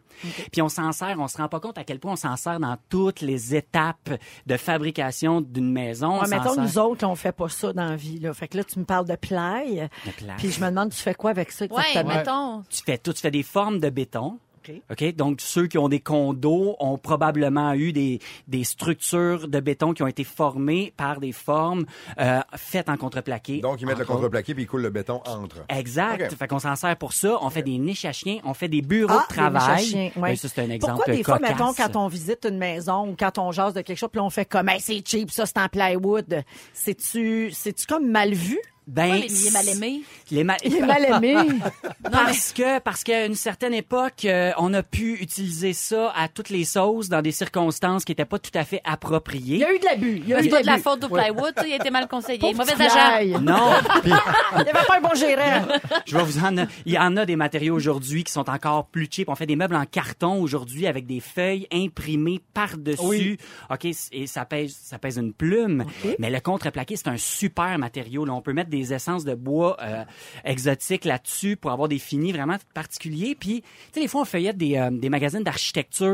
Speaker 10: Puis on s'en sert, on se rend pas compte à quel point on s'en sert dans toutes les étapes de fabrication d'une maison.
Speaker 2: Ouais,
Speaker 10: On s'en
Speaker 2: mettons,
Speaker 10: sert-
Speaker 2: nous autres, on fait pas ça dans la vie. Là. Fait que là, tu me parles de plaie.
Speaker 10: De plaie.
Speaker 2: Puis je me demande, tu fais quoi avec ça
Speaker 3: Ouais,
Speaker 2: exactement?
Speaker 3: mettons.
Speaker 10: tu fais tout, tu fais des formes de béton.
Speaker 2: OK.
Speaker 10: OK? Donc, ceux qui ont des condos ont probablement eu des, des structures de béton qui ont été formées par des formes euh, faites en contreplaqué.
Speaker 4: Donc, ils mettent le
Speaker 10: Entre autres.
Speaker 4: contreplaqué puis ils coulent le béton entre.
Speaker 10: Exact.
Speaker 4: Ok.
Speaker 10: Fait qu'on s'en sert pour ça. On fait des niches à chiens, on fait des bureaux
Speaker 2: Ah,
Speaker 10: de
Speaker 2: des
Speaker 10: travail.
Speaker 2: niches à chiens, ouais.
Speaker 10: Ben, ça, c'est un exemple
Speaker 2: Pourquoi des fois,
Speaker 10: cocasse.
Speaker 2: mettons, quand on visite une maison ou quand on jase de quelque chose, puis là, on fait comme, Hey, c'est cheap, ça, c'est en plywood. C'est-tu, c'est-tu comme mal vu?
Speaker 10: Ben,
Speaker 3: Pourquoi il est mal aimé?
Speaker 10: les ma-
Speaker 2: Il est mal aimé.
Speaker 10: parce que parce qu'à une certaine époque, euh, on a pu utiliser ça à toutes les sauces dans des circonstances qui n'étaient pas tout à fait appropriées.
Speaker 2: Il y a eu de l'abus. Il y a eu
Speaker 3: C'est
Speaker 2: de
Speaker 3: pas de la
Speaker 2: l'abus.
Speaker 3: faute de plywood, ça, il a été mal conseillé.
Speaker 2: Pauvre
Speaker 3: Mauvais
Speaker 2: petit
Speaker 3: agent.
Speaker 2: Fly.
Speaker 10: Non, puis
Speaker 2: Il n'y avait pas un bon gérant.
Speaker 10: je vais vous en il y en a des matériaux aujourd'hui qui sont encore plus cheap. On fait des meubles en carton aujourd'hui avec des feuilles imprimées par-dessus. OK, c- et ça pèse ça pèse une plume, mais le contreplaqué c'est un super matériau. Là, on peut mettre des essences de bois euh, exotiques là-dessus pour avoir des finis vraiment particuliers. Puis tu sais des fois on feuillette des euh, des magazines d'architecture,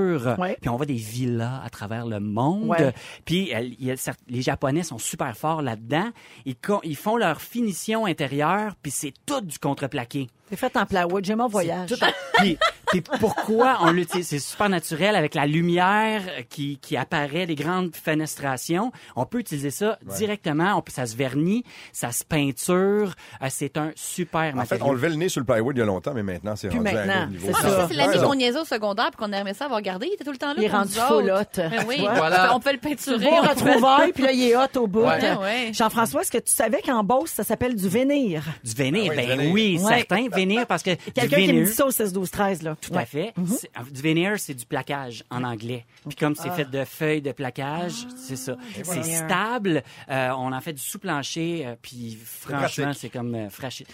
Speaker 2: Ouais.
Speaker 10: puis on voit des villas à travers le monde.
Speaker 2: Ouais.
Speaker 10: Puis elle- il y a cer- les Japonais sont super forts là-dedans. Ils, con- ils font leur finition intérieure, puis c'est tout du contreplaqué.
Speaker 2: C'est fait en plywood. J'ai mon voyage.
Speaker 10: Tout en- puis, puis pourquoi on l'utilise C'est super naturel avec la lumière euh, qui, qui apparaît, les grandes fenestrations. On peut utiliser ça directement. On peut, ça se vernit, ça se peinture. Euh, c'est un super
Speaker 4: En fait,
Speaker 10: matériau.
Speaker 4: on levait le nez sur le plywood il y a longtemps, mais maintenant, c'est
Speaker 2: Plus
Speaker 4: rendu à un
Speaker 2: maintenant,
Speaker 4: autre niveau.
Speaker 2: c'est
Speaker 3: Ah, mais ça, c'est l'ami
Speaker 4: Ouais,
Speaker 3: qu'on niaisait au secondaire puis qu'on aimait ça avoir gardé. Il était tout le temps là.
Speaker 2: Il est
Speaker 3: pour
Speaker 2: rendu
Speaker 3: nous autres.
Speaker 2: folotte.
Speaker 3: Ben oui,
Speaker 2: Tu vois?
Speaker 5: Voilà.
Speaker 3: on peut le peinturer.
Speaker 2: Bon
Speaker 3: on peut-
Speaker 2: retrouvaille, puis là, il est hot au bout.
Speaker 5: Ouais.
Speaker 2: Euh,
Speaker 3: Ouais.
Speaker 2: Jean-François, est-ce que tu savais qu'en Beauce, ça s'appelle du vénir?
Speaker 10: Du vénir,
Speaker 4: Ah oui,
Speaker 10: ben
Speaker 4: du vénir.
Speaker 10: oui,
Speaker 2: Ouais.
Speaker 10: certain vénir parce que du
Speaker 2: Quelqu'un qui me
Speaker 10: vénir-
Speaker 2: dit ça au 16-12-13, là.
Speaker 10: Tout à fait.
Speaker 2: Mm-hmm.
Speaker 10: C'est- euh, Du veneer, c'est du plaquage en anglais. Puis comme c'est fait de feuilles de plaquage, c'est ça. C'est
Speaker 2: Ah. voilà.
Speaker 10: stable. Euh, on en fait du sous-plancher. euh, puis franchement,
Speaker 4: pratique.
Speaker 10: c'est comme euh, fraîche-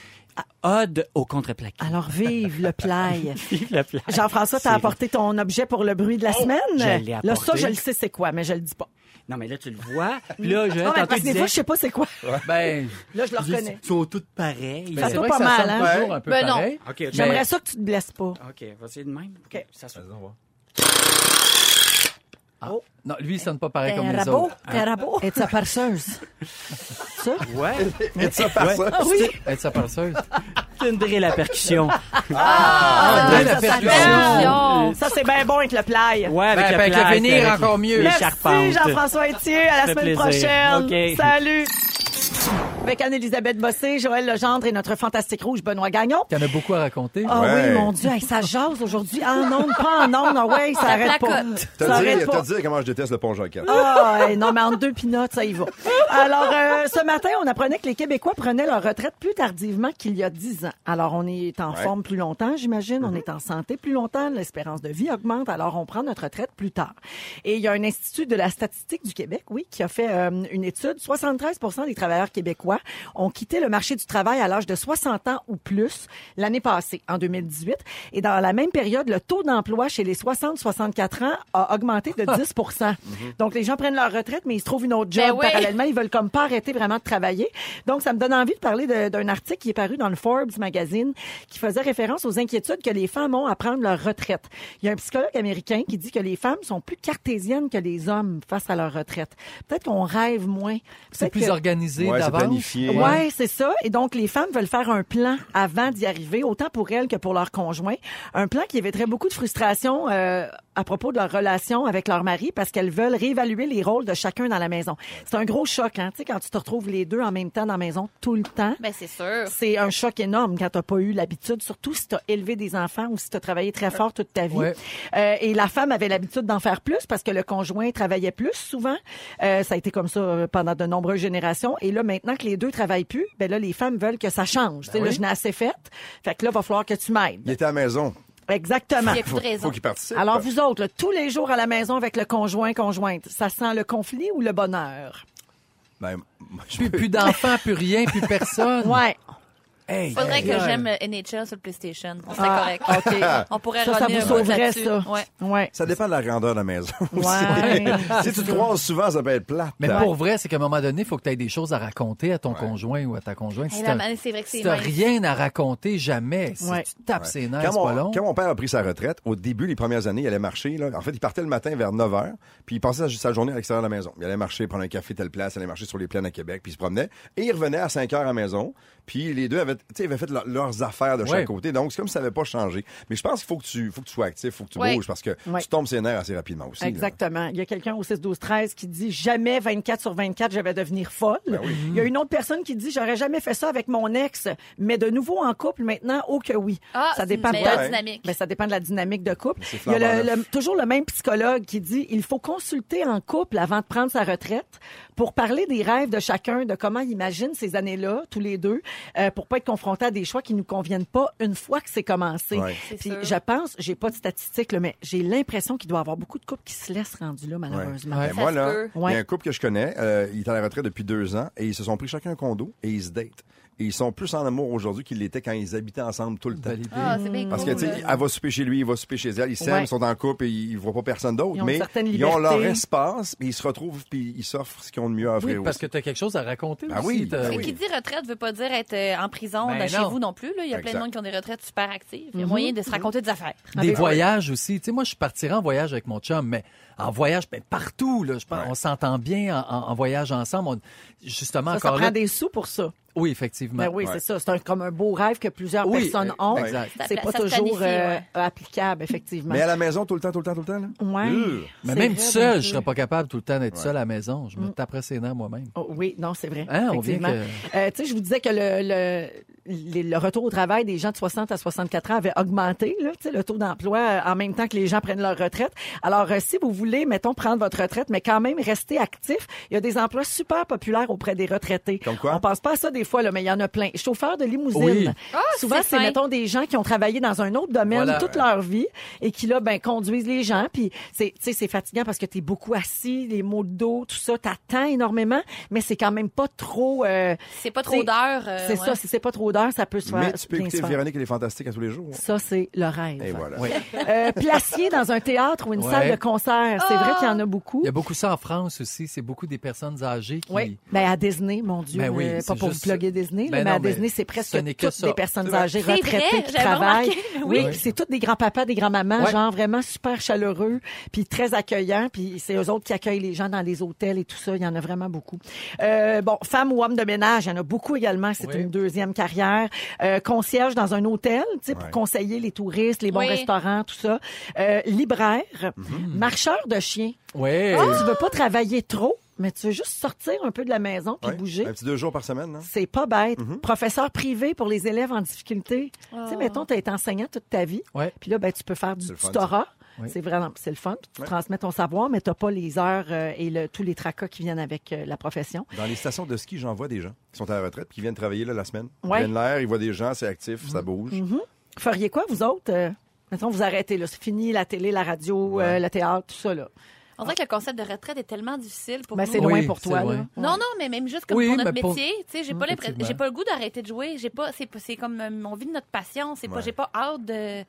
Speaker 10: Ah, Ode au contreplaqué.
Speaker 2: Alors, vive le play.
Speaker 10: Vive le plaque.
Speaker 2: Jean-François, t'as
Speaker 10: C'est- Oh,
Speaker 2: apporté ton objet pour le bruit de la semaine.
Speaker 10: je l'ai
Speaker 2: Là,
Speaker 10: apporté.
Speaker 2: ça, je le sais c'est quoi, mais je le dis pas.
Speaker 10: Non, mais là, tu le vois. Puis là, je
Speaker 2: Non, mais
Speaker 10: tantôt,
Speaker 2: parce que des
Speaker 10: disais-
Speaker 2: fois, je sais pas c'est quoi.
Speaker 5: Ben,
Speaker 2: Là, je le
Speaker 10: Ils
Speaker 2: reconnais.
Speaker 10: sont toutes pareilles.
Speaker 5: ben,
Speaker 2: Ça
Speaker 5: c'est
Speaker 2: doit
Speaker 5: vrai
Speaker 2: pas
Speaker 5: que
Speaker 2: mal,
Speaker 5: sonne
Speaker 2: hein?
Speaker 5: toujours un peu
Speaker 3: Ben non.
Speaker 5: pareil.
Speaker 10: OK, OK.
Speaker 2: J'aimerais ça que tu te blesses pas.
Speaker 10: OK, on va essayer de même.
Speaker 2: OK.
Speaker 10: Ça se-
Speaker 4: Vas-y, on va.
Speaker 5: Non, lui, il sonne pas pareil
Speaker 2: Euh,
Speaker 5: comme les
Speaker 2: Rabot,
Speaker 5: autres.
Speaker 10: hein.
Speaker 2: t'es rabot. Et sa parseuse.
Speaker 10: Ouais.
Speaker 4: Et ça, par ça.
Speaker 2: Ah oui.
Speaker 5: Être sa perceuse.
Speaker 10: Tendrez la percussion.
Speaker 5: Ah,
Speaker 2: ça, ça
Speaker 5: la percussion.
Speaker 3: Attention.
Speaker 2: Ça, c'est bien bon avec le play.
Speaker 10: Ouais, avec
Speaker 5: Ben,
Speaker 10: le
Speaker 5: ben, avec le
Speaker 10: plaque,
Speaker 5: vénir,
Speaker 10: avec
Speaker 5: encore mieux.
Speaker 10: les
Speaker 5: Merci,
Speaker 10: charpentes.
Speaker 2: Merci Jean-François Etier. À la
Speaker 10: Ça fait
Speaker 2: semaine
Speaker 10: plaisir.
Speaker 2: prochaine.
Speaker 10: OK.
Speaker 2: Salut. Avec Anne-Elisabeth Bossé, Joël Legendre et notre fantastique rouge Benoît Gagnon.
Speaker 5: Il y en a beaucoup à raconter.
Speaker 2: Ah
Speaker 4: Ouais.
Speaker 2: oui, mon Dieu, hey, ça jase aujourd'hui. En ondes, pas en ondes. Ah ouais, ça, arrête pas.
Speaker 3: placote.
Speaker 4: T'as
Speaker 2: Ça
Speaker 4: dit-
Speaker 2: arrête
Speaker 4: T'as
Speaker 2: pas.
Speaker 4: dit comment je déteste le pont Jean-Quatre.
Speaker 2: Ah, hey, non, mais entre deux pinottes, ça y va. Alors, euh, ce matin, on apprenait que les Québécois prenaient leur retraite plus tardivement qu'il y a 10 ans. Alors, on est en
Speaker 4: Ouais. Mhm.
Speaker 2: forme plus longtemps, j'imagine. On est en santé plus longtemps. L'espérance de vie augmente. Alors, on prend notre retraite plus tard. Et il y a un institut de la statistique du Québec, oui, qui a fait euh, une étude. 73 des travailleurs québécois ont quitté le marché du travail à l'âge de 60 ans ou plus l'année passée, en 2018. Et dans la même période, le taux d'emploi chez les 60-64 ans a augmenté de 10 Donc, les gens prennent leur retraite, mais ils se trouvent une autre job
Speaker 3: Mhm. Ben oui.
Speaker 2: parallèlement. Ils veulent comme pas arrêter vraiment de travailler. Donc, ça me donne envie de parler de- d'un article qui est paru dans le Forbes magazine qui faisait référence aux inquiétudes que les femmes ont à prendre leur retraite. Il y a un psychologue américain qui dit que les femmes sont plus cartésiennes que les hommes face à leur retraite. Peut-être qu'on rêve moins.
Speaker 5: C'est
Speaker 2: Peut-être
Speaker 5: plus
Speaker 2: que-
Speaker 5: organisé
Speaker 4: Ouais, c'est
Speaker 5: d'avance.
Speaker 4: planifié.
Speaker 2: Ouais, c'est ça. Et donc, les femmes veulent faire un plan avant d'y arriver, autant pour elles que pour leur conjoint. Un plan qui éviterait beaucoup de frustration euh, à propos de leur relation avec leur mari parce qu'elles veulent réévaluer les rôles de chacun dans la maison. C'est un gros choc, hein, tu sais, quand tu te retrouves les deux en même temps dans la maison tout le temps.
Speaker 3: Ben, c'est sûr.
Speaker 2: C'est un choc énorme quand t'as pas eu l'habitude, surtout si t'as élevé des enfants ou si t'as travaillé très fort toute ta vie.
Speaker 5: Ouais.
Speaker 2: Euh, et la femme avait l'habitude d'en faire plus parce que le conjoint travaillait plus souvent. Euh, ça a été comme ça euh, pendant de nombreuses générations. Et là, maintenant que les deux travaillent plus, ben là, les femmes veulent que ça change. Tu sais, Là, je n'ai assez fait. Fait que là, va falloir que tu
Speaker 4: Il
Speaker 2: m'aides.
Speaker 4: était à la maison.
Speaker 2: Exactement.
Speaker 3: Il y a plus de raison.
Speaker 4: Faut qu'il participe.
Speaker 2: Alors, vous autres, là, tous les jours à la maison avec le conjoint, conjointe, ça sent le conflit ou le bonheur?
Speaker 4: Ben, moi, je-
Speaker 5: Plus, plus d'enfants, plus rien, plus personne.
Speaker 2: Ouais.
Speaker 5: Hey,
Speaker 3: Faudrait que
Speaker 5: hey.
Speaker 3: j'aime euh, NHL sur le PlayStation. On serait
Speaker 2: Ah,
Speaker 3: correct.
Speaker 2: OK.
Speaker 3: On pourrait
Speaker 2: Ça, ça
Speaker 3: runner
Speaker 2: vous
Speaker 3: un peu
Speaker 2: sauverait,
Speaker 3: là-dessus.
Speaker 2: ça.
Speaker 3: Ouais.
Speaker 2: Ouais.
Speaker 4: Ça dépend de la grandeur de la maison. aussi.
Speaker 2: Ouais.
Speaker 4: si tu te croises souvent, ça peut être plate.
Speaker 5: Mais pour vrai, c'est qu'à un moment donné, il faut que tu aies des choses à raconter à ton conjoint ou à ta conjointe.
Speaker 3: Eh,
Speaker 5: Si
Speaker 3: la
Speaker 5: t'as-
Speaker 3: man- c'est vrai que
Speaker 5: si
Speaker 3: c'est
Speaker 5: t'as
Speaker 3: mince.
Speaker 5: rien à raconter, jamais. Si
Speaker 2: Ouais.
Speaker 5: tu tapes ses nerfs,
Speaker 4: Quand
Speaker 5: c'est pas
Speaker 4: mon,
Speaker 5: long.
Speaker 4: quand mon père a pris sa retraite, au début, les premières années, il allait marcher. Là. En fait, il partait le matin vers 9 h, puis il passait sa, sa journée à l'extérieur de la maison. Il allait marcher, prendre un café telle place, il allait marcher sur les plaines à Québec, puis il se promenait. Et il revenait à 5 h à la maison, puis les deux avaient tu sais, avaient fait leur- leurs affaires de chaque
Speaker 5: Ouais.
Speaker 4: côté. Donc, c'est comme si ça n'avait pas changé. Mais je pense qu'il faut que tu, faut que tu sois actif, faut que tu
Speaker 3: Ouais.
Speaker 4: bouges parce que
Speaker 2: Ouais.
Speaker 4: tu tombes ses nerfs assez rapidement aussi. là.
Speaker 2: Exactement. Il y a quelqu'un au 6-12-13 qui dit jamais 24 sur 24, je vais devenir folle.
Speaker 4: Ben
Speaker 2: Il y a une autre personne qui dit j'aurais jamais fait ça avec mon ex, mais de nouveau en couple maintenant, oh que oui.
Speaker 3: Ah, c'est une
Speaker 2: de
Speaker 3: meilleure
Speaker 2: la
Speaker 3: dynamique.
Speaker 2: Mais Ben, ça dépend de la dynamique de couple.
Speaker 4: C'est
Speaker 2: Il y a le-
Speaker 4: flambant
Speaker 2: le- toujours le même psychologue qui dit il faut consulter en couple avant de prendre sa retraite pour parler des rêves de chacun, de comment il imagine ces années-là, tous les deux, euh, pour pas être confronté à des choix qui nous conviennent pas une fois que c'est commencé.
Speaker 4: Ouais.
Speaker 3: C'est
Speaker 2: Puis
Speaker 3: sûr.
Speaker 2: je pense, j'ai pas de statistiques, là, mais j'ai l'impression qu'il doit y avoir beaucoup de couples qui se laissent rendus là, malheureusement.
Speaker 4: Ben,
Speaker 5: Ça
Speaker 4: moi,
Speaker 3: se
Speaker 4: là,
Speaker 3: peut.
Speaker 4: il y
Speaker 2: Ouais.
Speaker 4: a un couple que je connais, euh, il est à la retraite depuis deux ans et ils se sont pris chacun un condo et ils se datent. Et ils sont plus en amour aujourd'hui qu'ils l'étaient quand ils habitaient ensemble tout le temps.
Speaker 5: Validé.
Speaker 3: Ah, c'est bien
Speaker 4: Parce que,
Speaker 3: cool,
Speaker 4: tu sais,
Speaker 3: là.
Speaker 4: elle va souper chez lui, il va souper chez elle, ils s'aiment,
Speaker 2: Oh, Ouais.
Speaker 4: ils sont en couple et ils voient pas personne d'autre.
Speaker 2: Ils ont une
Speaker 4: Mais
Speaker 2: certaine
Speaker 4: ils ont leur
Speaker 2: liberté.
Speaker 4: espace, puis ils se retrouvent, puis ils s'offrent ce qu'ils ont de mieux à
Speaker 5: Oui,
Speaker 4: offrir.
Speaker 5: parce que
Speaker 4: aussi.
Speaker 5: tu as quelque chose à raconter
Speaker 4: Ben
Speaker 5: aussi.
Speaker 4: oui,
Speaker 5: t'as-
Speaker 4: ben
Speaker 3: Mais
Speaker 4: oui.
Speaker 3: qui dit retraite veut pas dire être euh, en prison
Speaker 5: Ben
Speaker 3: de chez
Speaker 5: non.
Speaker 3: vous non plus. Là. Il y a plein de
Speaker 4: Exact.
Speaker 3: monde qui ont des retraites super actives.
Speaker 2: Mhm.
Speaker 3: Il y a moyen de se raconter des affaires.
Speaker 5: Des voyages aussi. Tu sais, moi, je partirais en voyage avec mon chum, mais en voyage, ben, partout, là, je pense, on s'entend bien en, en- en voyage ensemble. On- justement,
Speaker 2: Ça, ça
Speaker 5: encore
Speaker 2: prend
Speaker 5: là-
Speaker 2: des sous pour ça.
Speaker 5: Oui, effectivement.
Speaker 2: Ben oui,
Speaker 4: Ouais.
Speaker 2: c'est ça. C'est un- comme un beau rêve que plusieurs
Speaker 5: Oui,
Speaker 2: personnes
Speaker 5: euh,
Speaker 2: ont.
Speaker 5: exact.
Speaker 2: C'est
Speaker 3: Ça-
Speaker 2: pas
Speaker 3: ça se
Speaker 2: toujours
Speaker 3: planifie,
Speaker 2: euh,
Speaker 3: ouais.
Speaker 2: applicable, effectivement.
Speaker 4: Mais à la maison, tout le temps, tout le temps, tout le temps, là.
Speaker 2: Ouais.
Speaker 4: Euh.
Speaker 5: Mais
Speaker 2: C'est
Speaker 5: même
Speaker 2: vrai, Mm.
Speaker 5: seul,
Speaker 2: ben,
Speaker 5: je serais pas capable tout le temps d'être seul à la maison. Je me taperais ses nerfs moi-même.
Speaker 2: Oh, oui, non, c'est vrai.
Speaker 5: Hein, on vient
Speaker 2: effectivement. Euh, tu sais, je vous disais que le, le, les- le retour au travail des gens de 60 à 64 ans avait augmenté, là, tu sais, le taux d'emploi euh, en même temps que les gens prennent leur retraite. Alors, euh, si vous voulez, mettons, prendre votre retraite, mais quand même rester actif, il y a des emplois super populaires auprès des retraités.
Speaker 4: Comme quoi?
Speaker 2: On pense pas à ça des fois, là, mais il y en a plein. Chauffeur de limousine.
Speaker 5: Oui.
Speaker 3: Ah,
Speaker 2: Souvent,
Speaker 3: c'est
Speaker 2: c'est,
Speaker 3: fin.
Speaker 2: mettons, des gens qui ont travaillé dans un autre domaine
Speaker 5: Voilà.
Speaker 2: toute leur vie et qui, là, ben, conduisent les gens. Puis, c'est, tu sais, c'est fatigant parce que t'es beaucoup assis, les maux de dos, tout ça, t'attends énormément, mais c'est quand même pas trop... euh,
Speaker 3: C'est pas trop
Speaker 2: C'est-
Speaker 3: d'heures. euh,
Speaker 2: c'est
Speaker 3: ouais.
Speaker 2: ça, si c'est pas trop d'heures, ça peut se faire.
Speaker 4: Mais tu peux
Speaker 2: bien se
Speaker 4: écouter
Speaker 2: faire.
Speaker 4: Véronique et les Fantastiques à tous les jours. hein.
Speaker 2: Ça, c'est le rêve.
Speaker 4: Et voilà.
Speaker 2: Euh, placier dans un théâtre ou une
Speaker 5: Ouais.
Speaker 2: salle de concert, c'est
Speaker 3: Oh!
Speaker 2: vrai qu'il y en a beaucoup.
Speaker 5: Il y a beaucoup ça en France aussi. C'est beaucoup des personnes âgées qui.
Speaker 2: Oui. Ben, à Disney, mon Dieu.
Speaker 5: Ben oui,
Speaker 2: euh, pas
Speaker 5: c'est
Speaker 2: pour
Speaker 5: juste-
Speaker 2: vous plugger Disney, là,
Speaker 5: Ben
Speaker 2: mais
Speaker 5: non,
Speaker 2: à
Speaker 5: mais
Speaker 2: Disney, c'est presque
Speaker 5: ce n'est que
Speaker 2: toutes
Speaker 5: ça.
Speaker 2: des personnes
Speaker 5: C'est vrai.
Speaker 2: âgées
Speaker 3: C'est vrai,
Speaker 2: retraitées qui
Speaker 3: j'avais
Speaker 2: travaillent.
Speaker 3: remarqué, oui.
Speaker 2: Oui,
Speaker 5: Oui.
Speaker 2: c'est toutes des grands-papas, des grands-mamans,
Speaker 5: Ouais.
Speaker 2: genre vraiment super chaleureux, puis très accueillants, puis c'est eux autres qui accueillent les gens dans les hôtels et tout ça. Il y en a vraiment beaucoup. Euh, bon, femmes ou hommes de ménage, il y en a beaucoup également. C'est
Speaker 5: Oui.
Speaker 2: une deuxième carrière. Euh, concierge dans un hôtel, tu sais, pour conseiller les touristes, les bons
Speaker 3: Oui.
Speaker 2: restaurants, tout ça. Euh, libraire,
Speaker 5: Mhm.
Speaker 2: marcheur de chiens.
Speaker 5: Oui.
Speaker 2: Ah, Tu sais, Tu veux pas travailler trop, mais tu veux juste sortir un peu de la maison puis
Speaker 4: Ouais.
Speaker 2: bouger.
Speaker 4: Un petit deux jours par semaine, hein. non?
Speaker 2: C'est pas bête.
Speaker 5: Mm-hmm.
Speaker 2: Professeur privé pour les élèves en difficulté. Tu sais,
Speaker 3: Ah.
Speaker 2: mettons, tu as été enseignant toute ta vie.
Speaker 5: Ouais.
Speaker 2: Puis là, ben, tu peux faire du
Speaker 4: C'est le fun,
Speaker 2: tutorat.
Speaker 5: Oui.
Speaker 2: C'est vraiment c'est le fun. Tu
Speaker 4: Ouais.
Speaker 2: transmets ton savoir, mais tu pas les heures euh, et le- tous les tracas qui viennent avec euh, la profession.
Speaker 4: Dans les stations de ski, j'en vois des gens qui sont à la retraite, puis qui viennent travailler là, la semaine. Ils
Speaker 2: Ouais. Mhm.
Speaker 4: viennent l'air, ils voient des gens, c'est actif, ça bouge.
Speaker 2: Vous feriez quoi, vous autres? euh, mettons, vous arrêtez. là. C'est fini la télé, la radio, euh, le théâtre, tout ça. Là.
Speaker 3: On dirait que le concept de retraite est tellement difficile pour
Speaker 2: Ben,
Speaker 3: nous.
Speaker 2: c'est
Speaker 5: Oui,
Speaker 2: loin pour
Speaker 5: c'est
Speaker 2: toi.
Speaker 5: loin.
Speaker 2: là.
Speaker 3: Non, non, mais même juste comme
Speaker 5: Oui,
Speaker 3: pour notre
Speaker 5: mais pour-
Speaker 3: métier, tu sais, j'ai
Speaker 2: Mhm.
Speaker 3: pas l'impression-
Speaker 5: effectivement.
Speaker 3: j'ai pas le goût d'arrêter de jouer, j'ai pas, c'est, pas- c'est comme euh, on vit de notre passion, c'est pas,
Speaker 4: Ouais.
Speaker 3: j'ai pas hâte de.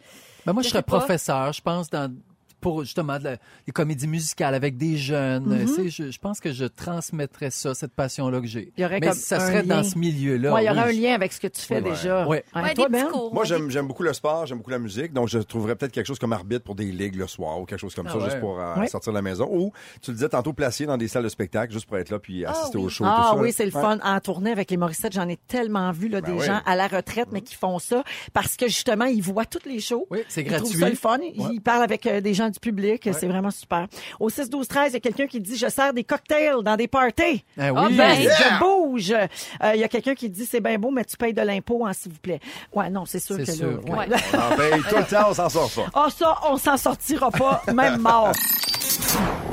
Speaker 5: Ben, moi,
Speaker 3: Je
Speaker 5: je
Speaker 3: sais
Speaker 5: serais
Speaker 3: pas.
Speaker 5: professeur, je pense, dans pour justement de la- les comédies musicales avec des jeunes.
Speaker 2: Mm-hmm.
Speaker 5: Tu sais, je, je pense que je transmettrais ça, cette passion-là que j'ai.
Speaker 2: Il y aurait
Speaker 5: Mais
Speaker 2: comme
Speaker 5: ça
Speaker 2: un
Speaker 5: serait
Speaker 2: lien.
Speaker 5: dans ce milieu-là.
Speaker 2: Ouais, il y aura
Speaker 5: oui. ben,
Speaker 2: un lien avec ce que tu fais
Speaker 4: Ouais.
Speaker 2: déjà.
Speaker 5: Ouais.
Speaker 3: Ouais,
Speaker 2: toi,
Speaker 3: des petits
Speaker 2: Ben?
Speaker 3: cours.
Speaker 4: Moi,
Speaker 3: ouais,
Speaker 4: j'aime, j'aime beaucoup le sport, j'aime beaucoup la musique, donc je trouverais peut-être quelque chose comme arbitre pour des ligues le soir ou quelque chose comme
Speaker 5: Ah
Speaker 4: ça, juste
Speaker 5: ouais.
Speaker 4: pour euh,
Speaker 2: Ouais.
Speaker 4: sortir de la maison. Ou, tu le disais tantôt, placer dans des salles de spectacle, juste pour être là, puis assister
Speaker 3: oui.
Speaker 4: au show. et
Speaker 2: Ah
Speaker 4: tout ça.
Speaker 2: oui, c'est le
Speaker 4: Ouais.
Speaker 2: fun. En tournée avec les Morissettes, j'en ai tellement vu là,
Speaker 4: Ben
Speaker 2: des
Speaker 4: oui.
Speaker 2: gens à la retraite, mais qui font ça parce que justement, ils voient toutes les shows.
Speaker 5: Oui, c'est
Speaker 2: Ils trouvent
Speaker 5: gratuit.
Speaker 2: ça le fun. Ils parlent avec euh, des gens du public. C'est vraiment super. Au 6-12-13, il y a quelqu'un qui dit « Je sers des cocktails dans des parties.
Speaker 5: Ah
Speaker 2: Ah
Speaker 5: oui.
Speaker 2: ben,
Speaker 5: Yeah!
Speaker 2: je bouge! Euh, Il y a quelqu'un qui dit « C'est bien beau, mais tu payes de l'impôt, hein, s'il vous plaît. » Ouais, non, c'est sûr que
Speaker 5: C'est
Speaker 2: là,
Speaker 5: sûr que-
Speaker 2: ouais.
Speaker 4: On en paye tout le temps, on s'en sort pas.
Speaker 2: Ah, ça, on s'en sortira pas, même mort.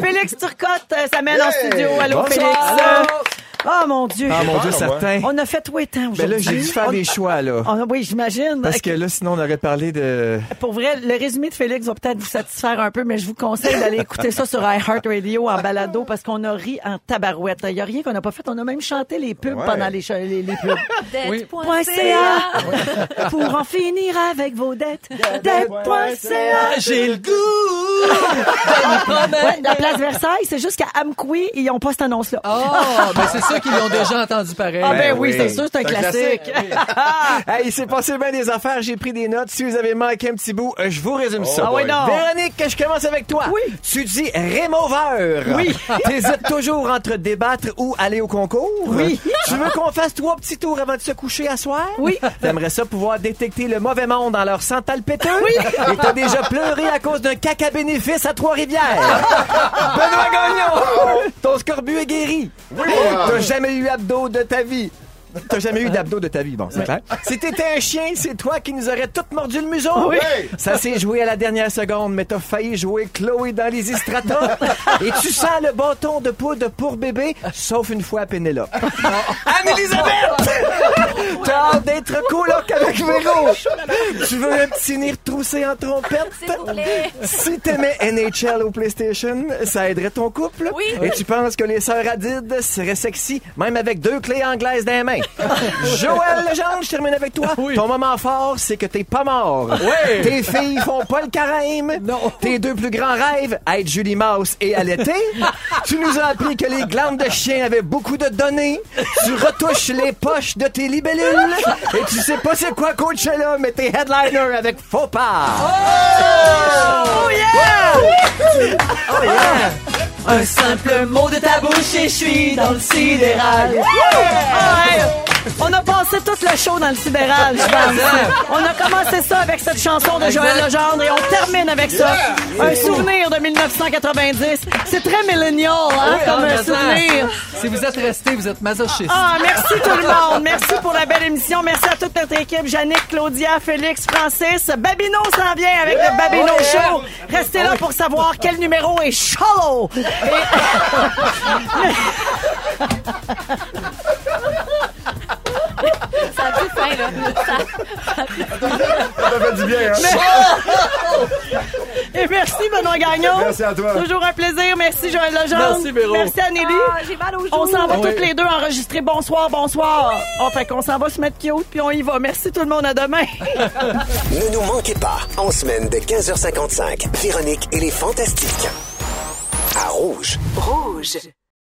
Speaker 2: Félix Turcotte euh, s'amène en studio. Allô,
Speaker 7: Bonsoir.
Speaker 2: Félix.
Speaker 7: Allô.
Speaker 2: Ah, mon Dieu.
Speaker 7: Ah mon
Speaker 4: peur,
Speaker 7: Dieu,
Speaker 4: moi.
Speaker 7: certain.
Speaker 2: On a fait tout et tant
Speaker 7: Mais
Speaker 2: aujourd'hui.
Speaker 7: là, j'ai dû faire
Speaker 2: On-
Speaker 7: des choix, là.
Speaker 2: on a- oui, j'imagine.
Speaker 7: Parce que là, sinon, on aurait parlé de...
Speaker 2: Pour vrai, le résumé de Félix va peut-être vous satisfaire un peu, mais je vous conseille d'aller écouter ça sur iHeartRadio en balado parce qu'on a ri en tabarouette. Il n'y a rien qu'on n'a pas fait. On a même chanté les pubs
Speaker 4: Ouais.
Speaker 2: pendant les, cha- les, les pubs.
Speaker 3: Dette point
Speaker 2: Point
Speaker 3: CA.
Speaker 2: .ca. Pour en finir avec vos dettes. Dettes.ca.
Speaker 7: Ah, J'ai le goût!
Speaker 2: Ah, ben. Ouais, la place Versailles, c'est jusqu'à Amqui, ils n'ont pas cette annonce-là.
Speaker 5: Ah, ben c'est ça,
Speaker 10: sûr qu'ils l'ont déjà entendu pareil.
Speaker 2: Ah ben oui, c'est sûr, c'est un classique.
Speaker 5: Hey, il s'est passé bien des affaires, j'ai pris des notes. Si vous avez manqué un petit bout, euh, je vous résume ça.
Speaker 2: Ah oui, non.
Speaker 5: Véronique, je commence avec toi.
Speaker 2: Oui.
Speaker 5: Tu dis rémover. Oui. T'hésites toujours entre débattre ou aller au concours.
Speaker 2: Oui.
Speaker 5: Tu veux qu'on fasse trois petits tours avant de se coucher à soir?
Speaker 2: Oui.
Speaker 5: T'aimerais ça pouvoir détecter le mauvais monde dans leur santal péteux? Oui. Et t'as déjà pleuré à cause d'un caca bénéfice à Trois-Rivières. Benoît Gagnon! Ton scorbut est guéri. Oui. T'as jamais eu abdos de ta vie. T'as jamais eu d'abdos de ta vie, bon, c'est clair. Si t'étais un chien, c'est toi qui nous aurais toutes mordu le museau. Oui. Ça s'est joué à la dernière seconde, mais t'as failli jouer Chloé dans les Istratas. Et tu sens le bâton de poudre pour bébé, sauf une fois à Pénélope. Anne-Elisabeth! T'as hâte d'être coloc avec Véro. Tu veux un petit nid retroussé en trompette?
Speaker 3: S'il vous plaît.
Speaker 5: Si t'aimais NHL au PlayStation, ça aiderait ton couple.
Speaker 3: Oui.
Speaker 5: Et tu penses que les sœurs Hadid seraient sexy, même avec deux clés anglaises dans les mains. Joël Legendre, je termine avec toi. Ton moment fort, c'est que t'es pas mort. Tes filles font pas le carême.
Speaker 10: Non.
Speaker 5: Tes deux plus grands rêves, être Julie Mouse et allaiter. tu nous as appris que les glandes de chien avaient beaucoup de données. Tu retouches les poches de tes libellules. Et tu sais pas c'est quoi Coachella, mais t'es headliner avec faux pas.
Speaker 2: Oh yeah!
Speaker 5: Un simple mot de ta bouche et je suis dans le sidéral.
Speaker 2: Ah, hey, On a passé tout le show dans le sidéral, je pense. On a commencé ça avec cette chanson de Joël Legendre et on termine avec ça. Un souvenir de 1990. C'est très millénial, hein, comme un souvenir.
Speaker 10: Si vous êtes resté, vous êtes masochiste.
Speaker 2: Ah, merci tout le monde. Merci pour la belle émission. Merci à toute notre équipe. Jannick, Claudia, Félix, Francis. Babino s'en vient avec le Babino Show. Restez là pour savoir quel numéro est shallow.
Speaker 3: Ça a plus de fin, là. Ça-
Speaker 4: Ça fait du bien, hein?
Speaker 2: Et merci Benoît Gagnon.
Speaker 4: Merci à toi.
Speaker 2: Toujours un plaisir. Merci Joël Legendre.
Speaker 10: Merci, Véro.
Speaker 2: Merci Anneli.
Speaker 3: Ah, J'ai mal aux
Speaker 2: on
Speaker 3: joues.
Speaker 2: s'en va toutes les deux enregistrer bonsoir, bonsoir. Oh, fait qu'on s'en va se mettre cute puis on y va. Merci tout le monde. À demain.
Speaker 1: Ne nous manquez pas, en semaine de 15h55, Véronique et les Fantastiques. À Rouge.
Speaker 11: Rouge.